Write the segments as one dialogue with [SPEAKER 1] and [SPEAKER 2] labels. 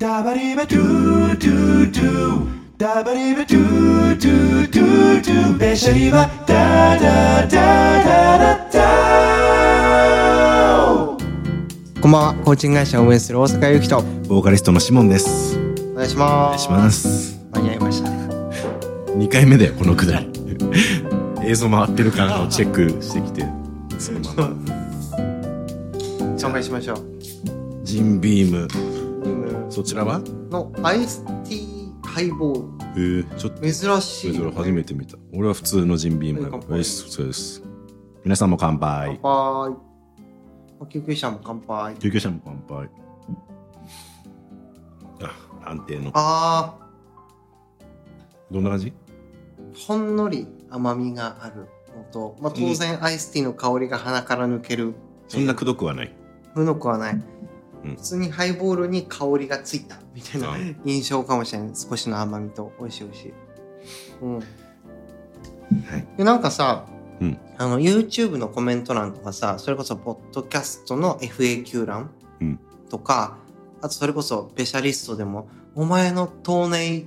[SPEAKER 1] ダバリバドゥドゥドゥダバリバドゥドゥドゥドゥベシャリバダダダダダダ
[SPEAKER 2] こんばんは、コーチング会社を運営する大阪ゆきと。
[SPEAKER 3] ボーカリストのシモンです。
[SPEAKER 2] お願いし
[SPEAKER 3] お
[SPEAKER 2] ま
[SPEAKER 3] 願い
[SPEAKER 2] す。
[SPEAKER 3] します。
[SPEAKER 2] 間に合いましたね。
[SPEAKER 3] 2回目だよ、このくだり。映像回ってるかをチェックしてきて、そのまま。
[SPEAKER 2] 紹介しましょう。
[SPEAKER 3] ジンビーム。
[SPEAKER 2] ム
[SPEAKER 3] そちらは
[SPEAKER 2] のアイスティーハイボー
[SPEAKER 3] えー、ちょっと、
[SPEAKER 2] ル。珍し
[SPEAKER 3] それ
[SPEAKER 2] い
[SPEAKER 3] ぞ
[SPEAKER 2] よ
[SPEAKER 3] れ
[SPEAKER 2] ね。
[SPEAKER 3] 初めて見た。俺は普通のジンビームだか
[SPEAKER 2] 乾
[SPEAKER 3] ら。
[SPEAKER 2] 杯
[SPEAKER 3] よし、そうです。皆さんも乾
[SPEAKER 2] 乾
[SPEAKER 3] 杯。
[SPEAKER 2] 杯。救急車も乾杯。
[SPEAKER 3] 救急車も乾杯。あ、安定の。
[SPEAKER 2] あ
[SPEAKER 3] どんな感じ
[SPEAKER 2] ー、ほんのり甘みがあるのと、まあ、当然アイスティーの香りが鼻から抜ける。
[SPEAKER 3] そんなくどくはない。
[SPEAKER 2] 無のくはない。
[SPEAKER 3] うん
[SPEAKER 2] 普通にハイボールに香りがついたみたいな
[SPEAKER 3] あ
[SPEAKER 2] 印象かもしれない少しの甘みと美味しい美味しい、うんでなんかさ、
[SPEAKER 3] うん
[SPEAKER 2] あの YouTube のコメント欄とかさそれこそポッドキャストの FAQ 欄
[SPEAKER 3] うん
[SPEAKER 2] とか、あとそれこそペシャリストでもお前の透明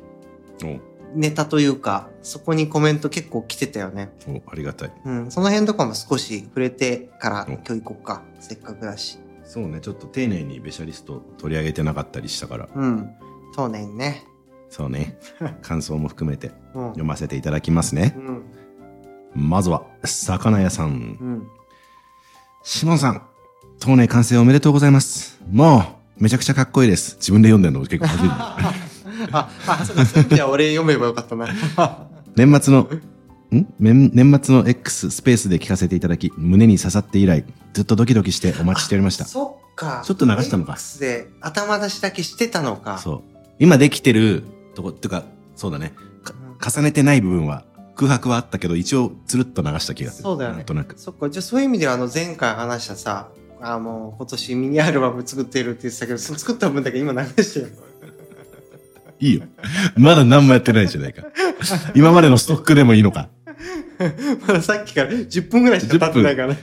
[SPEAKER 3] お
[SPEAKER 2] ネタというかそこにコメント結構来てたよね、
[SPEAKER 3] おありがたい。
[SPEAKER 2] うん、その辺とかも少し触れてから
[SPEAKER 3] お
[SPEAKER 2] 今日行こうかせっかくだし
[SPEAKER 3] そうね、ちょっと丁寧にベシャリスト取り上げてなかったりしたから。
[SPEAKER 2] うん当年ね
[SPEAKER 3] そう ね。感想も含めて
[SPEAKER 2] うん
[SPEAKER 3] 読ませていただきますね
[SPEAKER 2] う。ん
[SPEAKER 3] まずは、魚屋さ。
[SPEAKER 2] うんん
[SPEAKER 3] シモンさん、島内完成おめでとうございます。もう、めちゃくちゃかっこいいです。自分で読んでるの結構 初めて。
[SPEAKER 2] あ、 あ、そうか、そういう時は俺読めばよかったな。
[SPEAKER 3] 年末の、ん年年末の X スペースで聞かせていただき、胸に刺さって以来、ずっとドキドキしてお待ちしておりました。
[SPEAKER 2] そっか。
[SPEAKER 3] ちょっと流したのか
[SPEAKER 2] X で頭出しだけしてたのか。
[SPEAKER 3] そう。今できてるとこ、っていうか、そうだね。か重ねてない部分は、空白はあったけど、一応、つるっと流した気がする。
[SPEAKER 2] そうだよね
[SPEAKER 3] なんとなく。
[SPEAKER 2] そっか、じゃあそういう意味ではあの前回話したさ、あもう今年ミニアルバム作ってるって言ってたけど、その作った分だけ今流してる。
[SPEAKER 3] いいよ。まだ何もやってないじゃないか。今までのストックでもいいのか。
[SPEAKER 2] まださっきから10分ぐらいしか経ってないからね。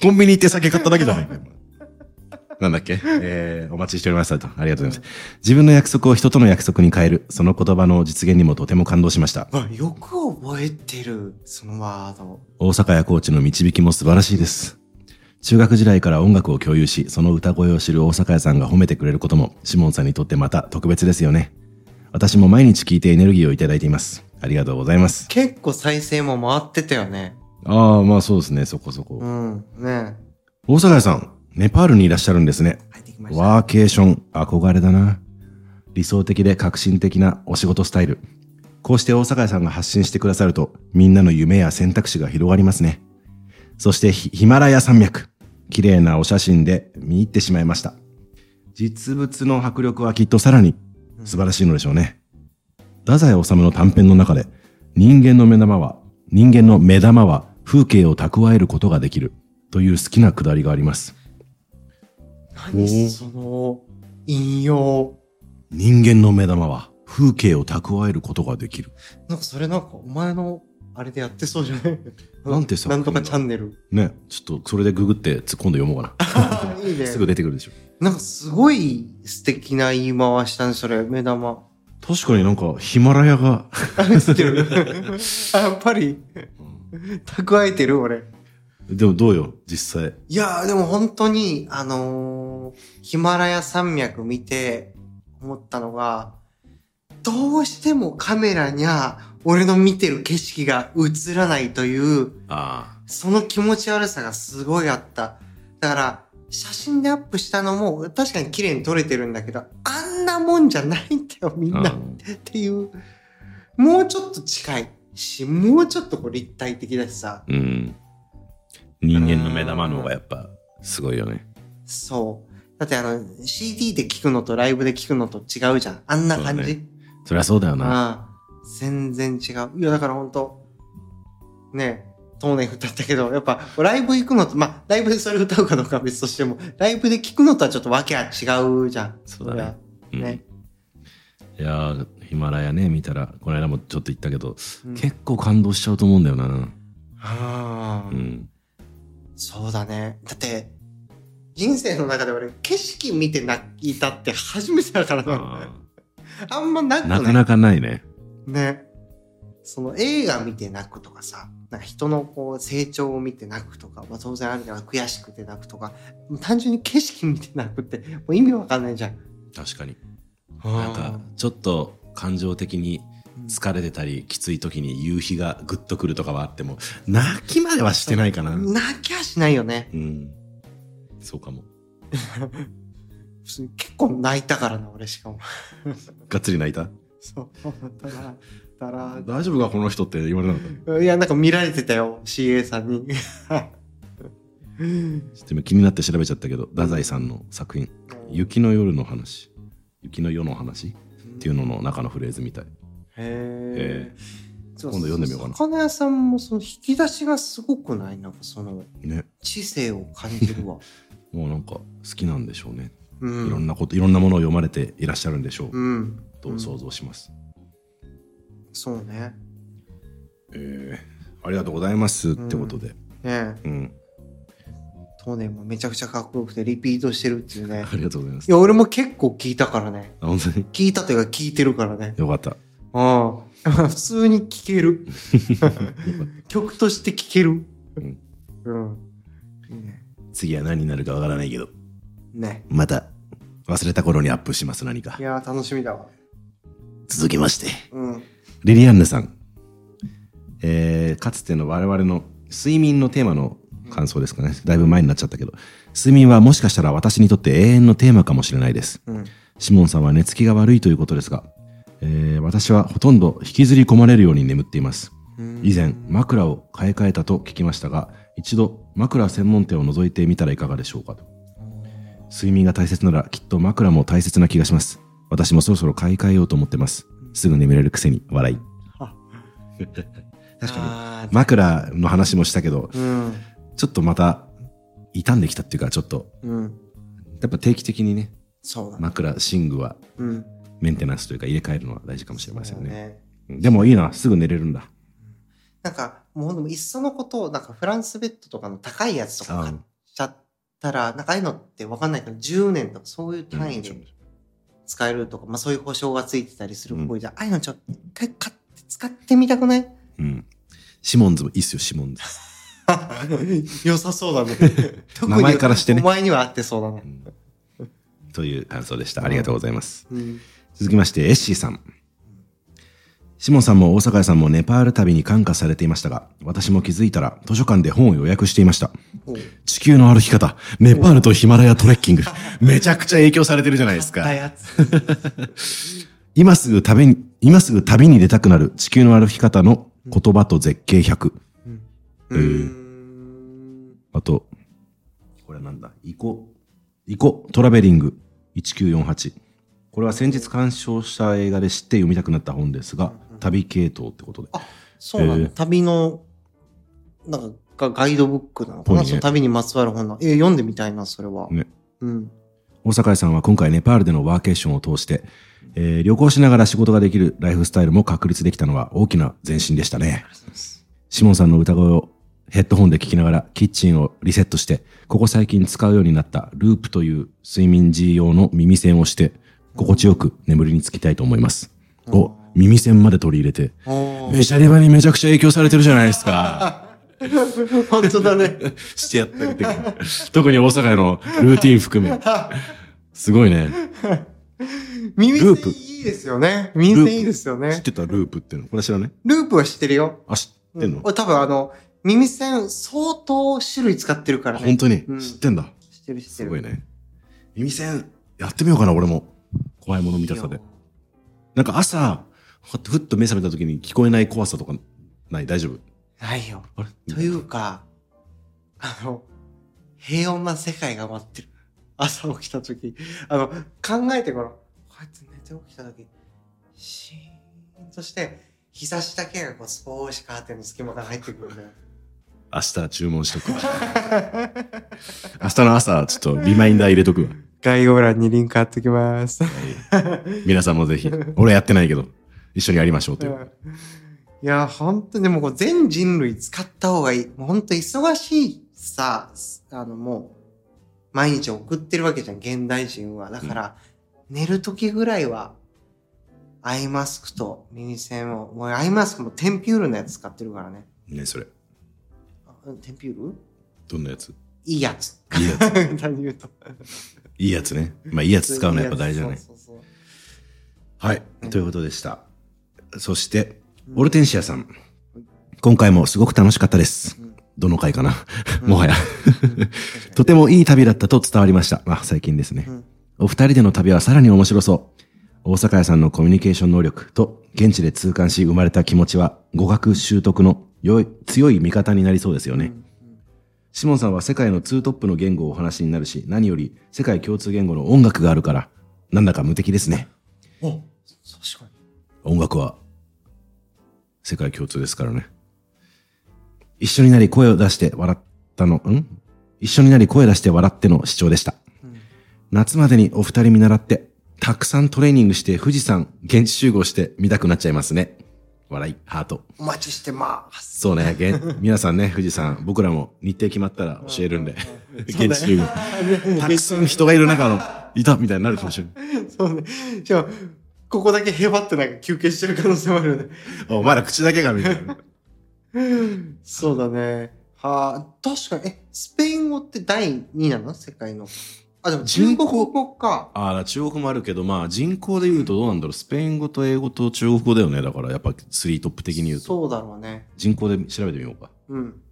[SPEAKER 3] コンビニ行って酒買っただけじゃないか。今 なんだっ けえー、お待ちしておりましたと。ありがとうございます。自分の約束を人との約束に変える、その言葉の実現にもとても感動しました。
[SPEAKER 2] わよく覚えてる、そのワード。
[SPEAKER 3] 大阪やコーチの導きも素晴らしいです。中学時代から音楽を共有し、その歌声を知る大阪屋さんが褒めてくれることも、シモンさんにとってまた特別ですよね。私も毎日聞いてエネルギーをいただいています。ありがとうございます。
[SPEAKER 2] 結構再生も回ってたよね。
[SPEAKER 3] ああ、まあそうですね、そこそこ。
[SPEAKER 2] うん、ね
[SPEAKER 3] 大阪屋さん、ネパールにいらっしゃるんですね。
[SPEAKER 2] 入ってきました。
[SPEAKER 3] ワーケーション、憧れだな。理想的で革新的なお仕事スタイル。こうして大阪屋さんが発信してくださると、みんなの夢や選択肢が広がりますね。そしてヒヒマラヤ山脈。綺麗なお写真で見入ってしまいました。実物の迫力はきっとさらに素晴らしいのでしょうね。太宰治の短編の中で、人間の目玉は、人間の目玉は風景を蓄えることができるという好きなくだりがあります。
[SPEAKER 2] 何その引用。
[SPEAKER 3] 人間の目玉は風景を蓄えることができる。
[SPEAKER 2] なんかそれなんかお前のあれでやってそうじゃない
[SPEAKER 3] なんて作
[SPEAKER 2] な
[SPEAKER 3] 品
[SPEAKER 2] ん
[SPEAKER 3] だ
[SPEAKER 2] とかチャンネル。
[SPEAKER 3] ね、ちょっとそれでググって突っ込んで読もうか
[SPEAKER 2] いいね
[SPEAKER 3] な。。すぐ出てくるでしょ。
[SPEAKER 2] なんかすごい素敵な言い回しだね、それ。目 玉。
[SPEAKER 3] 確かになんかヒマラヤが、
[SPEAKER 2] 知ってるあやっぱり、蓄えてる俺。
[SPEAKER 3] でもどうよ、実際。
[SPEAKER 2] いやーでも本当に、あのーヒマラヤ山脈見て思ったのが、どうしてもカメラにゃ俺の見てる景色が映らないという、
[SPEAKER 3] あ
[SPEAKER 2] その気持ち悪さがすごいあった。だから、写真でアップしたのも確かに綺麗に撮れてるんだけど、あんなもんじゃないんだよ、みんな。っていう。もうちょっと近いし、もうちょっとこう立体的だしさ。
[SPEAKER 3] うん。人間の目玉の方がやっぱすごいよね。
[SPEAKER 2] そう。だってあの、CD で聴くのとライブで聴くのと違うじゃん。あんな感
[SPEAKER 3] そうだ
[SPEAKER 2] じ。
[SPEAKER 3] ねそりゃそうだよな。
[SPEAKER 2] ああ全然違う。いや、だから本当ねえ、当年歌ったけど、やっぱライブ行くのと、まあ、ライブでそれ歌うかどうかは別としても、ライブで聴くのとはちょっとわけは違うじゃん。
[SPEAKER 3] そう
[SPEAKER 2] そ
[SPEAKER 3] だね
[SPEAKER 2] れは。ね。
[SPEAKER 3] うん、いやー、ヒマラヤね、見たら、この間もちょっと言ったけど、
[SPEAKER 2] うん
[SPEAKER 3] 結構感動しちゃうと思うんだよな。
[SPEAKER 2] ああ、
[SPEAKER 3] うん。
[SPEAKER 2] そうだね。だって、人生の中で俺、景色見て泣いたって初めてだからな。
[SPEAKER 3] あ
[SPEAKER 2] あんまなく
[SPEAKER 3] なかなかないね。
[SPEAKER 2] ね。その映画見て泣くとかさ、なんか人のこう成長を見て泣くとか、まあ、当然あるから悔しくて泣くとか、単純に景色見て泣くってもう意味わかんないじゃん。
[SPEAKER 3] 確かに。
[SPEAKER 2] な
[SPEAKER 3] なんか、ちょっと感情的に疲れてたり、きつい時に夕日がぐっとくるとかはあっても、泣きまではしてないかな。
[SPEAKER 2] 泣きゃしないよね。
[SPEAKER 3] うん。そうかも。
[SPEAKER 2] 普通に結構泣いたからな、俺しかも。
[SPEAKER 3] がっつり泣いた
[SPEAKER 2] そう。だら、だら
[SPEAKER 3] 大丈夫かこの人って言われなかった。
[SPEAKER 2] いや、なんか見られてたよ、CA さんに。
[SPEAKER 3] ちょっと今気になって調べちゃったけど、太宰さんの作品、雪の夜の話、雪の夜の話っていうのの中のフレーズみたい。
[SPEAKER 2] へえ。今
[SPEAKER 3] 今度読んでみようかな
[SPEAKER 2] 魚屋さんもその引き出しがすごくないなんかその
[SPEAKER 3] ね。
[SPEAKER 2] 知性を感じるわ。
[SPEAKER 3] もうなんか好きなんでしょうね。
[SPEAKER 2] う
[SPEAKER 3] いろん
[SPEAKER 2] ん。
[SPEAKER 3] なこと、いろんなものを読まれていらっしゃるんでしょう。
[SPEAKER 2] うん。
[SPEAKER 3] と想像します。
[SPEAKER 2] そうね。
[SPEAKER 3] えーありがとうございますってことで。
[SPEAKER 2] ねえ
[SPEAKER 3] うん。
[SPEAKER 2] 当年もめちゃくちゃかっこよくてリピートしてるっていうね
[SPEAKER 3] あ。りがとうございます
[SPEAKER 2] い。や、俺も結構聞いたからね。
[SPEAKER 3] あ本当に
[SPEAKER 2] 聞いたというか聞いてるからね。
[SPEAKER 3] よかった。
[SPEAKER 2] ああ 普通に聴ける 曲として聴ける
[SPEAKER 3] うん
[SPEAKER 2] うんいいね
[SPEAKER 3] 次は何になるかわからないけど、
[SPEAKER 2] ね
[SPEAKER 3] また忘れた頃にアップします何か
[SPEAKER 2] い。やー楽しみだわ
[SPEAKER 3] 続きまして。
[SPEAKER 2] うん
[SPEAKER 3] リリアンヌさん、えーかつての我々の睡眠のテーマの感想ですかね、だいぶ前になっちゃったけど、睡眠はもしかしたら私にとって永遠のテーマかもしれないです。
[SPEAKER 2] うん
[SPEAKER 3] シモンさんは寝つきが悪いということですが、えー私はほとんど引きずり込まれるように眠っています。以前、枕を買い替えたと聞きましたが、一度枕専門店を覗いてみたらいかがでしょうかと。睡眠が大切ならきっと枕も大切な気がします。私もそろそろ買い替えようと思ってます。すぐ眠れるくせに笑い。確か
[SPEAKER 2] か
[SPEAKER 3] に。枕の話もしたけど、
[SPEAKER 2] うん
[SPEAKER 3] ちょっとまた傷んできたっていうか、ちょっと、
[SPEAKER 2] うん
[SPEAKER 3] やっぱ定期的にね、
[SPEAKER 2] そうだね
[SPEAKER 3] 枕、寝具は
[SPEAKER 2] うん
[SPEAKER 3] メンテナンスというか入れ替えるのは大事かもしれません
[SPEAKER 2] そうだ
[SPEAKER 3] ね。うんでもいいな、すぐ寝れるんだ。
[SPEAKER 2] なんかもうでもいっそのことなんかフランスベッドとかの高いやつとか買っちゃったらなんかああいうのってわかんないけど10年とかそういう
[SPEAKER 3] うん
[SPEAKER 2] 単位で使えるとか、まあ、そういう保証がついてたりするっぽいじゃん、ああいうのちょっと一回買って使ってみたく ない
[SPEAKER 3] うん。シモンズもいいっすよ、シモンズ。
[SPEAKER 2] 良さそうだね。特に
[SPEAKER 3] 名前からしてね
[SPEAKER 2] お前には合ってそうだね。
[SPEAKER 3] という感想でした。ありがとうございます。
[SPEAKER 2] うん。
[SPEAKER 3] 続きまして、エッシーさん。シモンさんも大阪屋さんもネパール旅に感化されていましたが、私も気づいたら図書館で本を予約していました。
[SPEAKER 2] おう
[SPEAKER 3] 地球の歩き方、ネパールとヒマラヤトレッキング。めちゃくちゃ影響されてるじゃないです
[SPEAKER 2] 開
[SPEAKER 3] か。
[SPEAKER 2] 発。
[SPEAKER 3] 今すぐ旅に、今すぐ旅に出たくなる地球の歩き方の言葉と絶景100。
[SPEAKER 2] うーん。
[SPEAKER 3] あと、これはなんだイコ、イコトラベリング1948。これは先日鑑賞した映画で知って読みたくなった本ですが、旅系統ってことで。
[SPEAKER 2] そうな
[SPEAKER 3] え
[SPEAKER 2] の。
[SPEAKER 3] ー
[SPEAKER 2] 旅の、なんかがガイドブックなのかな、
[SPEAKER 3] ぽいね
[SPEAKER 2] その旅にまつわる本なの。えー、読んでみたいな、それは。
[SPEAKER 3] ね
[SPEAKER 2] うん。
[SPEAKER 3] 大阪井さんは今回ネパールでのワーケーションを通して、えー旅行しながら仕事ができるライフスタイルも確立できたのは大きな前進でしたね。シモンさんの歌声をヘッドホンで聞きながらキッチンをリセットして、ここ最近使うようになったループという睡眠時用の耳栓をして、心地よく眠りにつきたいと思います。お、耳栓まで取り入れて、
[SPEAKER 2] おー
[SPEAKER 3] メシャリバにめちゃくちゃ影響されてるじゃないですか。
[SPEAKER 2] 本当だね。
[SPEAKER 3] してやったりできる特に大阪へのルーティン含め。すごいね。
[SPEAKER 2] 耳
[SPEAKER 3] ループ
[SPEAKER 2] 栓いいですよね。耳栓いいですよ
[SPEAKER 3] 知っ
[SPEAKER 2] ね。
[SPEAKER 3] てたループっていうのこれ知らない
[SPEAKER 2] ループは知ってるよ。
[SPEAKER 3] あ、知ってんの、
[SPEAKER 2] 俺多分あの、耳栓相当種類使ってるからね。
[SPEAKER 3] 本当に、
[SPEAKER 2] うん
[SPEAKER 3] 知ってんだ。
[SPEAKER 2] 知ってる知って
[SPEAKER 3] す
[SPEAKER 2] る。
[SPEAKER 3] ごいね。耳栓、やってみようかな、俺も。怖いもの見たさで。なんか朝、ふっとふっと目覚めた時に聞こえない怖さとかない大丈夫
[SPEAKER 2] ないよ。
[SPEAKER 3] あれ
[SPEAKER 2] というか、あの、平穏な世界が待ってる。朝起きた時あの、考えてごらん。こうやって寝て起きた時シーンとして、日差しだけがこう少しカーテンの隙間から入ってくるんだよ。
[SPEAKER 3] 明日注文しとくわ。明日の朝、ちょっとリマインダー入れとくわ。
[SPEAKER 2] 概要欄にリンク貼っとき ます。
[SPEAKER 3] 皆さんもぜひ。俺やってないけど、一緒にやりましょうという。
[SPEAKER 2] いや、本当にでもこう全人類使った方がいい。もう本当忙しいさ、あのもう、毎日送ってるわけじゃん、現代人は。だから、寝る時ぐらいは、アイマスクと耳栓を、もうアイマスクもテンピュールのやつ使ってるからね。
[SPEAKER 3] ねそれ。
[SPEAKER 2] あテンピュール
[SPEAKER 3] どんなやつ
[SPEAKER 2] いいやつ。
[SPEAKER 3] いいやつ。
[SPEAKER 2] 簡単に言うと。
[SPEAKER 3] いいやつね。まあいいやつ使うのはやっぱ大事だね。
[SPEAKER 2] そうそうそう
[SPEAKER 3] はい。ということでした。そして、
[SPEAKER 2] うん
[SPEAKER 3] オルテンシアさん。今回もすごく楽しかったです
[SPEAKER 2] うん。
[SPEAKER 3] どの回かな
[SPEAKER 2] うん
[SPEAKER 3] もはや。とてもいい旅だったと伝わりました。あ、最近ですね
[SPEAKER 2] う。ん
[SPEAKER 3] お二人での旅はさらに面白そう。大阪屋さんのコミュニケーション能力と現地で痛感し生まれた気持ちは語学習得の良い強い味方になりそうですよね。シモンさんは世界のツートップの言語をお話になるし、何より世界共通言語の音楽があるから、なんだか無敵ですね。
[SPEAKER 2] お確かに。
[SPEAKER 3] 音楽は世界共通ですからね。一緒になり声を出して笑ったの、ん一緒になり声を出して笑っての主張でした。
[SPEAKER 2] うん
[SPEAKER 3] 夏までにお二人見習って、たくさんトレーニングして富士山現地集合して見たくなっちゃいますね。笑い、ハート。
[SPEAKER 2] お待ちしてます。
[SPEAKER 3] そうね、げ ん皆さんね、富士山、僕らも日程決まったら教えるんで、現地集合。たくさん人がいる中の、いたみたいになるかもしれない。
[SPEAKER 2] そうね。じゃあ、ここだけへばってなんか休憩してる可能性もあるよね。
[SPEAKER 3] お前ら口だけがみたいな。
[SPEAKER 2] そうだね。はあ、確かに、え、スペイン語って第2なの世界の。あ、でも中
[SPEAKER 3] 人
[SPEAKER 2] 国
[SPEAKER 3] 口
[SPEAKER 2] 語か。
[SPEAKER 3] ああ、中国もあるけど、まあ人口で言うとどうなんだろう。スペイン語と英語と中国語だよね。だからやっぱスリートップ的に言うと。
[SPEAKER 2] そうだろうね。
[SPEAKER 3] 人口で調べてみようか。
[SPEAKER 2] うん。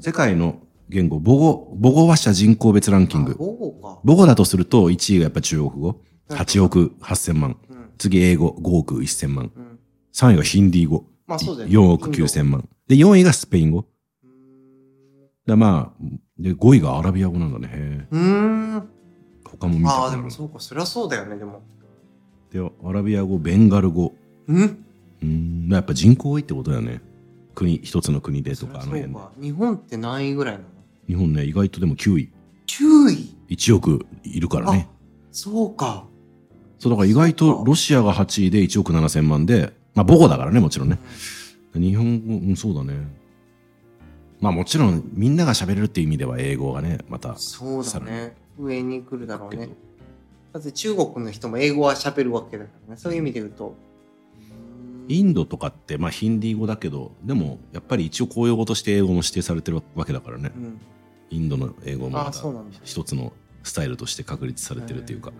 [SPEAKER 3] 世界の言語、母語、母語話者人口別ランキン
[SPEAKER 2] あ
[SPEAKER 3] グ。
[SPEAKER 2] 語語か。
[SPEAKER 3] 母語だとすると1位がやっぱ中国語。
[SPEAKER 2] なるほど
[SPEAKER 3] 8億8000万。
[SPEAKER 2] うん。
[SPEAKER 3] 次英語5億1000万。
[SPEAKER 2] うん。
[SPEAKER 3] 3位がヒンディー語。
[SPEAKER 2] まあそうだよね。
[SPEAKER 3] 4億9000万。で、4位がスペイン語。
[SPEAKER 2] イン
[SPEAKER 3] だまあ、で5位がアラビア語なんだね。へえ
[SPEAKER 2] ド。うーん。
[SPEAKER 3] 他も見た
[SPEAKER 2] ああ、
[SPEAKER 3] こと
[SPEAKER 2] で
[SPEAKER 3] ある
[SPEAKER 2] もそうか。そりゃそうだよね、でも。
[SPEAKER 3] でアラビア語、ベンガル語。
[SPEAKER 2] うん
[SPEAKER 3] うーん、まあやっぱ人口多いってことだよね。国、一つの国でと
[SPEAKER 2] そり
[SPEAKER 3] か、
[SPEAKER 2] ゃ
[SPEAKER 3] あ
[SPEAKER 2] そ
[SPEAKER 3] の辺
[SPEAKER 2] う
[SPEAKER 3] で。
[SPEAKER 2] か。日本って何位ぐらいなの
[SPEAKER 3] 日本ね、意外とでも9位。
[SPEAKER 2] ?9 位。
[SPEAKER 3] 1億いるからね。
[SPEAKER 2] そうか。
[SPEAKER 3] そう、だから意外とロシアが8位で1億7千万で、まあ母語だからね、もちろんね。日本語、うん、そうだね。まあもちろん、みんなが喋れるっていう意味では英語がね、また。
[SPEAKER 2] そうだ
[SPEAKER 3] さら
[SPEAKER 2] ね。上に来るだろう
[SPEAKER 3] け
[SPEAKER 2] ね
[SPEAKER 3] ど。
[SPEAKER 2] だって中国の人も英語は喋るわけだからね。そういう意味で言うと。
[SPEAKER 3] インドとかって、まあヒンディー語だけど、でも、やっぱり一応公用語として英語も指定されてるわけだからね
[SPEAKER 2] う。ん。
[SPEAKER 3] インドの英語も
[SPEAKER 2] あ
[SPEAKER 3] ま
[SPEAKER 2] あ、
[SPEAKER 3] た
[SPEAKER 2] そうなんだ。
[SPEAKER 3] 一つのスタイルとして確立されてるというか。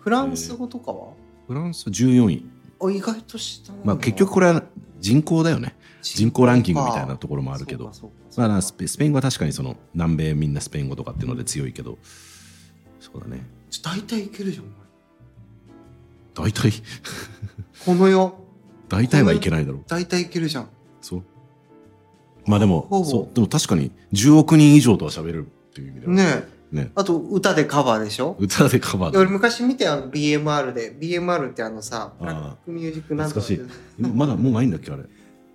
[SPEAKER 2] フランス語とかは
[SPEAKER 3] フランス14位。
[SPEAKER 2] あ意外と下なんだ
[SPEAKER 3] まあ結局これは人口だよね。人口ランキングみたいなところもあるけど
[SPEAKER 2] そうかそうかそう
[SPEAKER 3] ま
[SPEAKER 2] か
[SPEAKER 3] あなスペスペイン語は確かにその南米みんなスペイン語とかっていうので強いけど、そうだね。
[SPEAKER 2] ちょ大体いけるじゃん、お前
[SPEAKER 3] 大体、
[SPEAKER 2] この世、
[SPEAKER 3] 大体はいけないだろう。
[SPEAKER 2] 大体いけるじゃん。
[SPEAKER 3] そう。まあでも
[SPEAKER 2] ほ、ぼ
[SPEAKER 3] そう、でも確かに10億人以上とは喋れるっていう意味では。
[SPEAKER 2] ねえ。
[SPEAKER 3] ね
[SPEAKER 2] あと、歌でカバーでしょ
[SPEAKER 3] 歌でカバ
[SPEAKER 2] いや俺
[SPEAKER 3] ー。
[SPEAKER 2] 昔見てあの BMR で BMR ってあのさブラッ
[SPEAKER 3] あ
[SPEAKER 2] クミュージックなんとかって
[SPEAKER 3] 懐今まだもうないんだっけあれ。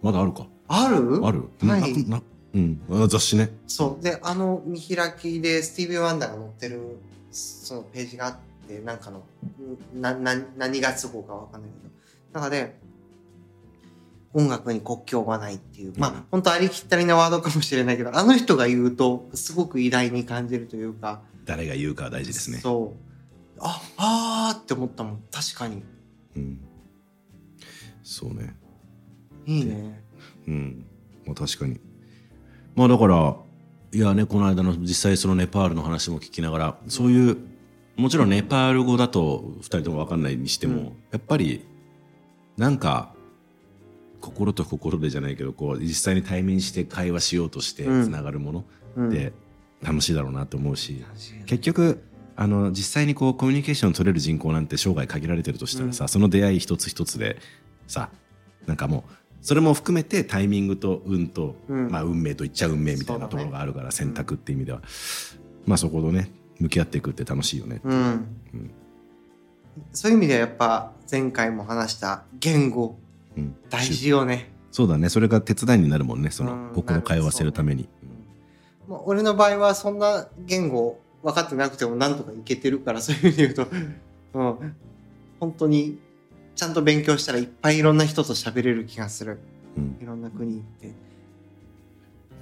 [SPEAKER 3] まだあるか。
[SPEAKER 2] ある
[SPEAKER 3] ある
[SPEAKER 2] ない
[SPEAKER 3] なくなうん。あ雑誌ね。
[SPEAKER 2] そう。で、あの見開きでスティービー・ワンダーが載ってるそのページがあって、なんかの、んな、な、何月号かわかんないけど、中で、音楽に国境はないっていう、まあ
[SPEAKER 3] うん、
[SPEAKER 2] 本当ありきったりなワードかもしれないけど、あの人が言うと、すごく偉大に感じるというか、
[SPEAKER 3] 誰が言うかは大事ですね。
[SPEAKER 2] そう。あ、あーって思ったもん。確かに。
[SPEAKER 3] うん。そうね。
[SPEAKER 2] いいね。
[SPEAKER 3] うん。まあ確かに。まあだから、いやね、この間の実際そのネパールの話も聞きながら、そういう、もちろんネパール語だと2人とも分かんないにしても、
[SPEAKER 2] うん
[SPEAKER 3] やっぱり、なんか、心と心でじゃないけど、こう、実際に対面して会話しようとしてつ
[SPEAKER 2] うん
[SPEAKER 3] ながるもの
[SPEAKER 2] うん、
[SPEAKER 3] で楽しいだろうなと思うし、
[SPEAKER 2] 確かに
[SPEAKER 3] 結局、あの、実際にこう、コミュニケーション取れる人口なんて生涯限られてるとしたらさ、その出会い一つ一つで、さ、なんかもう、それも含めてタイミングと運と、
[SPEAKER 2] うん
[SPEAKER 3] まあ運命と言っちゃ運命みたいな
[SPEAKER 2] そ
[SPEAKER 3] と
[SPEAKER 2] うだね
[SPEAKER 3] ころがあるから、選択って意味では、まあそことね、向き合っていくって楽しいよね。
[SPEAKER 2] うん
[SPEAKER 3] うん
[SPEAKER 2] そういう意味ではやっぱ前回も話した言語
[SPEAKER 3] うん
[SPEAKER 2] 大事よね。
[SPEAKER 3] そうだね、それが手伝いになるもんね、そ
[SPEAKER 2] うん
[SPEAKER 3] の、心を通わせるために。
[SPEAKER 2] まあ、俺の場合はそんな言語分かってなくてもなんとかいけてるからそういう意味で言うと、うん、本当にちゃんと勉強したらいっぱいいろんな人と喋れる気がする
[SPEAKER 3] うん
[SPEAKER 2] いろんな国行って。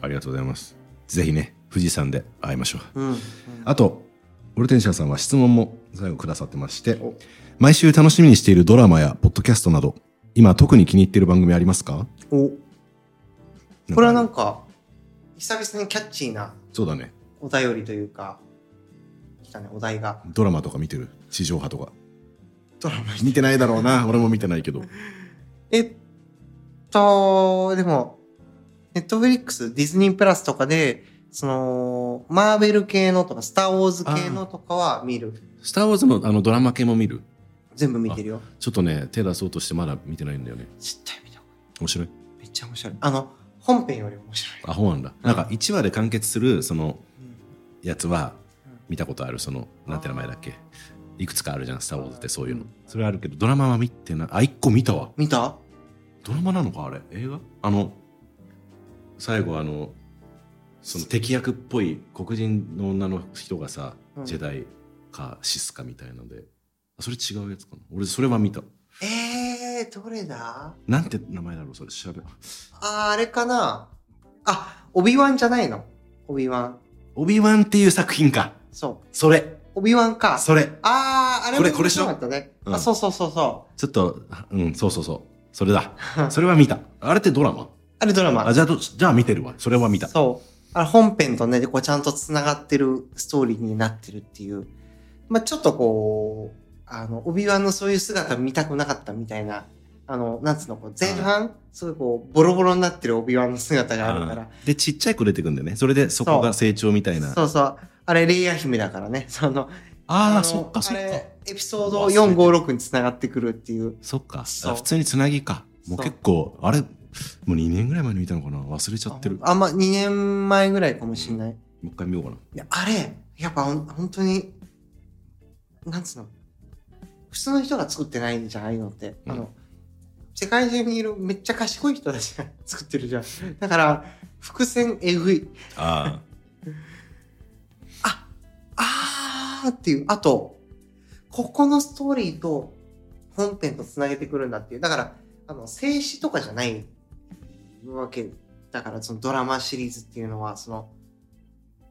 [SPEAKER 3] ありがとうございます。ぜひね、富士山で会いましょう。
[SPEAKER 2] うんうん
[SPEAKER 3] あと、オルテンシアさんは質問も最後くださってまして、毎週楽しみにしているドラマやポッドキャストなど、今特に気に入っている番組ありますか
[SPEAKER 2] おこれはな
[SPEAKER 3] か
[SPEAKER 2] んか久々にキャッチーな
[SPEAKER 3] そうだね。
[SPEAKER 2] お便りというか来たねお題が
[SPEAKER 3] ドラマとか見てる地上波とか。
[SPEAKER 2] ドラマ
[SPEAKER 3] 見てないだろうな。俺も見てないけど。
[SPEAKER 2] えっとでもネットフリックスディズニープラスとかでそのマーベル系のとかスター・ウォーズ系のとかは見る
[SPEAKER 3] スター・ウォーズのあのドラマ系も見る
[SPEAKER 2] 全部見てるよ
[SPEAKER 3] ちょっとね、手出そうとしてまだ見てないんだよね。
[SPEAKER 2] 絶対見た方が
[SPEAKER 3] 面白い。
[SPEAKER 2] いいめっちゃ面白いあの本編より面白い、
[SPEAKER 3] アホなんだ。なんか1話で完結する、その、
[SPEAKER 2] うん
[SPEAKER 3] やつは
[SPEAKER 2] うん
[SPEAKER 3] 見たことあるそのなんて名前だっけいくつかあるじゃん「スター・ウォーズ」ってそういうの
[SPEAKER 2] うん
[SPEAKER 3] それあるけどドラマは見てないあ一個見たわ
[SPEAKER 2] 見た
[SPEAKER 3] ドラマなのかあれ映画あの最後あのその敵役っぽい黒人の女の人がさ、
[SPEAKER 2] うん
[SPEAKER 3] ジェダイかシスかみたいのであそれ違うやつかな俺それは見た
[SPEAKER 2] えー、どれだ
[SPEAKER 3] なんて名前だろうそれ調べ
[SPEAKER 2] あーあれかなあ、オビワンじゃないのオビワン。
[SPEAKER 3] オビワンっていう作品か
[SPEAKER 2] そ
[SPEAKER 3] それ
[SPEAKER 2] う。オビワンか。
[SPEAKER 3] それ
[SPEAKER 2] ああ、あれ
[SPEAKER 3] これ
[SPEAKER 2] も
[SPEAKER 3] これしろ
[SPEAKER 2] 面白かったね。
[SPEAKER 3] うん
[SPEAKER 2] あ、そうそうそうそう。
[SPEAKER 3] ちょっとうんそうそうそうそれだそれは見たあれってドラマ
[SPEAKER 2] あれドラマ。
[SPEAKER 3] あじゃあどじゃあ見てるわそれは見た
[SPEAKER 2] そう。あれ本編とね、こうちゃんと繋がってるストーリーになってるっていう。まあちょっとこう、あの、オビワンのそういう姿見たくなかったみたいな。あの、なんつうの、こう前半、すごいこう、ボロボロになってるオビワンの姿があるから。
[SPEAKER 3] でちっちゃい子出てくんだよねそれでそこが成長みたいな
[SPEAKER 2] そうそう。あれ、レイヤー姫だからね。その、
[SPEAKER 3] あ
[SPEAKER 2] の
[SPEAKER 3] あそっかそっ
[SPEAKER 2] あ
[SPEAKER 3] か
[SPEAKER 2] れエピソード456につながってくるっていう。
[SPEAKER 3] そっか
[SPEAKER 2] そう
[SPEAKER 3] あ普通につなぎかもう
[SPEAKER 2] そう
[SPEAKER 3] 結構あれもう2年ぐらい前に見たのかな忘れちゃってるも
[SPEAKER 2] あんま2年前ぐらいかもしれない。
[SPEAKER 3] う一回見ようかな
[SPEAKER 2] であれ、やっぱほん本当に、なんつうの、普通の人が作ってないじゃん、ああいうのって。
[SPEAKER 3] うん
[SPEAKER 2] あの、世界中にいるめっちゃ賢い人たちが 作ってるじゃん。だから、伏線えぐい。
[SPEAKER 3] あ
[SPEAKER 2] あーっていう。あと、ここのストーリーと本編とつなげてくるんだっていう。だから、あの、静止とかじゃないわけ。だから、そのドラマシリーズっていうのは、その、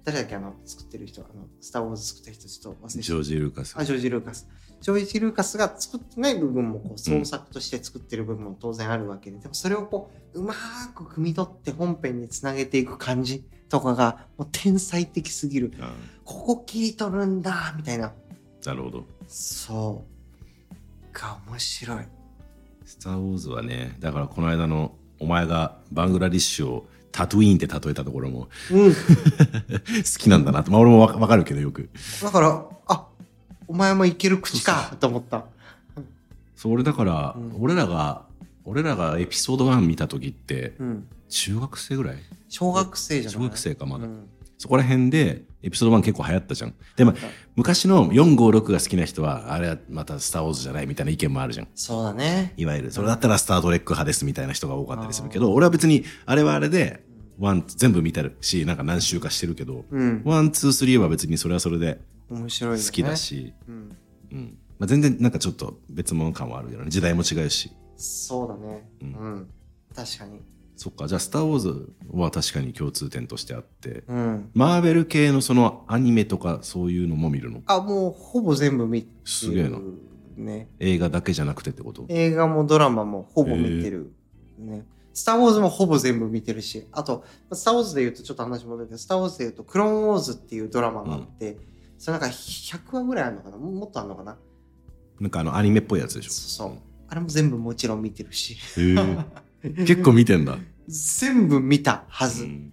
[SPEAKER 2] 誰だっけ、あの、作ってる人、あの、スター・ウォーズ作った人、ちょっと忘
[SPEAKER 3] ジ
[SPEAKER 2] れちゃっ
[SPEAKER 3] ョージ・ルーカス
[SPEAKER 2] た。あ、ジョージ・ルーカス。ジョージ・ルーカスが作ってない部分も、こう、創作として作ってる部分も当然あるわけで、でもそれをこう、うまーく汲み取って本編につなげていく感じとかが、もう天才的すぎる。
[SPEAKER 3] あ
[SPEAKER 2] ここ切り取るんだみたいな
[SPEAKER 3] ーなるほど
[SPEAKER 2] そうが面白い
[SPEAKER 3] 「スター・ウォーズ」はねだからこの間のお前がバングラディッシュをタトゥイーンって例えたところも
[SPEAKER 2] うん
[SPEAKER 3] 好きなんだなと、まあ、俺もわかわかるけどよく
[SPEAKER 2] だからあお前もいける口かと思った
[SPEAKER 3] そう俺だから、
[SPEAKER 2] うん
[SPEAKER 3] 俺らが俺らがエピソード1見た時って
[SPEAKER 2] うん
[SPEAKER 3] 中学生ぐらい
[SPEAKER 2] 小学生じゃない
[SPEAKER 3] 小学生かまだ、
[SPEAKER 2] うん
[SPEAKER 3] そこら辺でエピソード1結構流行ったじゃんでも昔の456が好きな人はあれはまた「スター・ウォーズ」じゃないみたいな意見もあるじゃん
[SPEAKER 2] そうだね
[SPEAKER 3] いわゆるそれだったら「スター・トレック」派ですみたいな人が多かったりするけど俺は別にあれはあれでワン全部見てるしなんか何周かしてるけど
[SPEAKER 2] うん
[SPEAKER 3] ワンツースリーは別にそれはそれで
[SPEAKER 2] 面白いよね
[SPEAKER 3] 好きだし、
[SPEAKER 2] うん
[SPEAKER 3] うんまあ、全然なんかちょっと別物感はあるけどね時代も違うし
[SPEAKER 2] そうだねう
[SPEAKER 3] うんん、
[SPEAKER 2] 確かに
[SPEAKER 3] そっかじゃあ「スター・ウォーズ」は確かに共通点としてあって
[SPEAKER 2] うん
[SPEAKER 3] マーベル系のそのアニメとかそういうのも見るの
[SPEAKER 2] あもうほぼ全部見てる
[SPEAKER 3] すげえな
[SPEAKER 2] ね
[SPEAKER 3] 映画だけじゃなくてってこと
[SPEAKER 2] 映画もドラマもほぼ見てる、ね。スター・ウォーズもほぼ全部見てるし、あと、スター・ウォーズで言うとちょっと話戻るけど、スター・ウォーズで言うと、クローン・ウォーズっていうドラマがあって、それなんか100話ぐらいあるのかなももっとあるのかな
[SPEAKER 3] なんかあのアニメっぽいやつでしょ
[SPEAKER 2] そうそう。あれも全部もちろん見てるし、
[SPEAKER 3] へえ 結構見てんだ、
[SPEAKER 2] 全部見たはず。
[SPEAKER 3] うん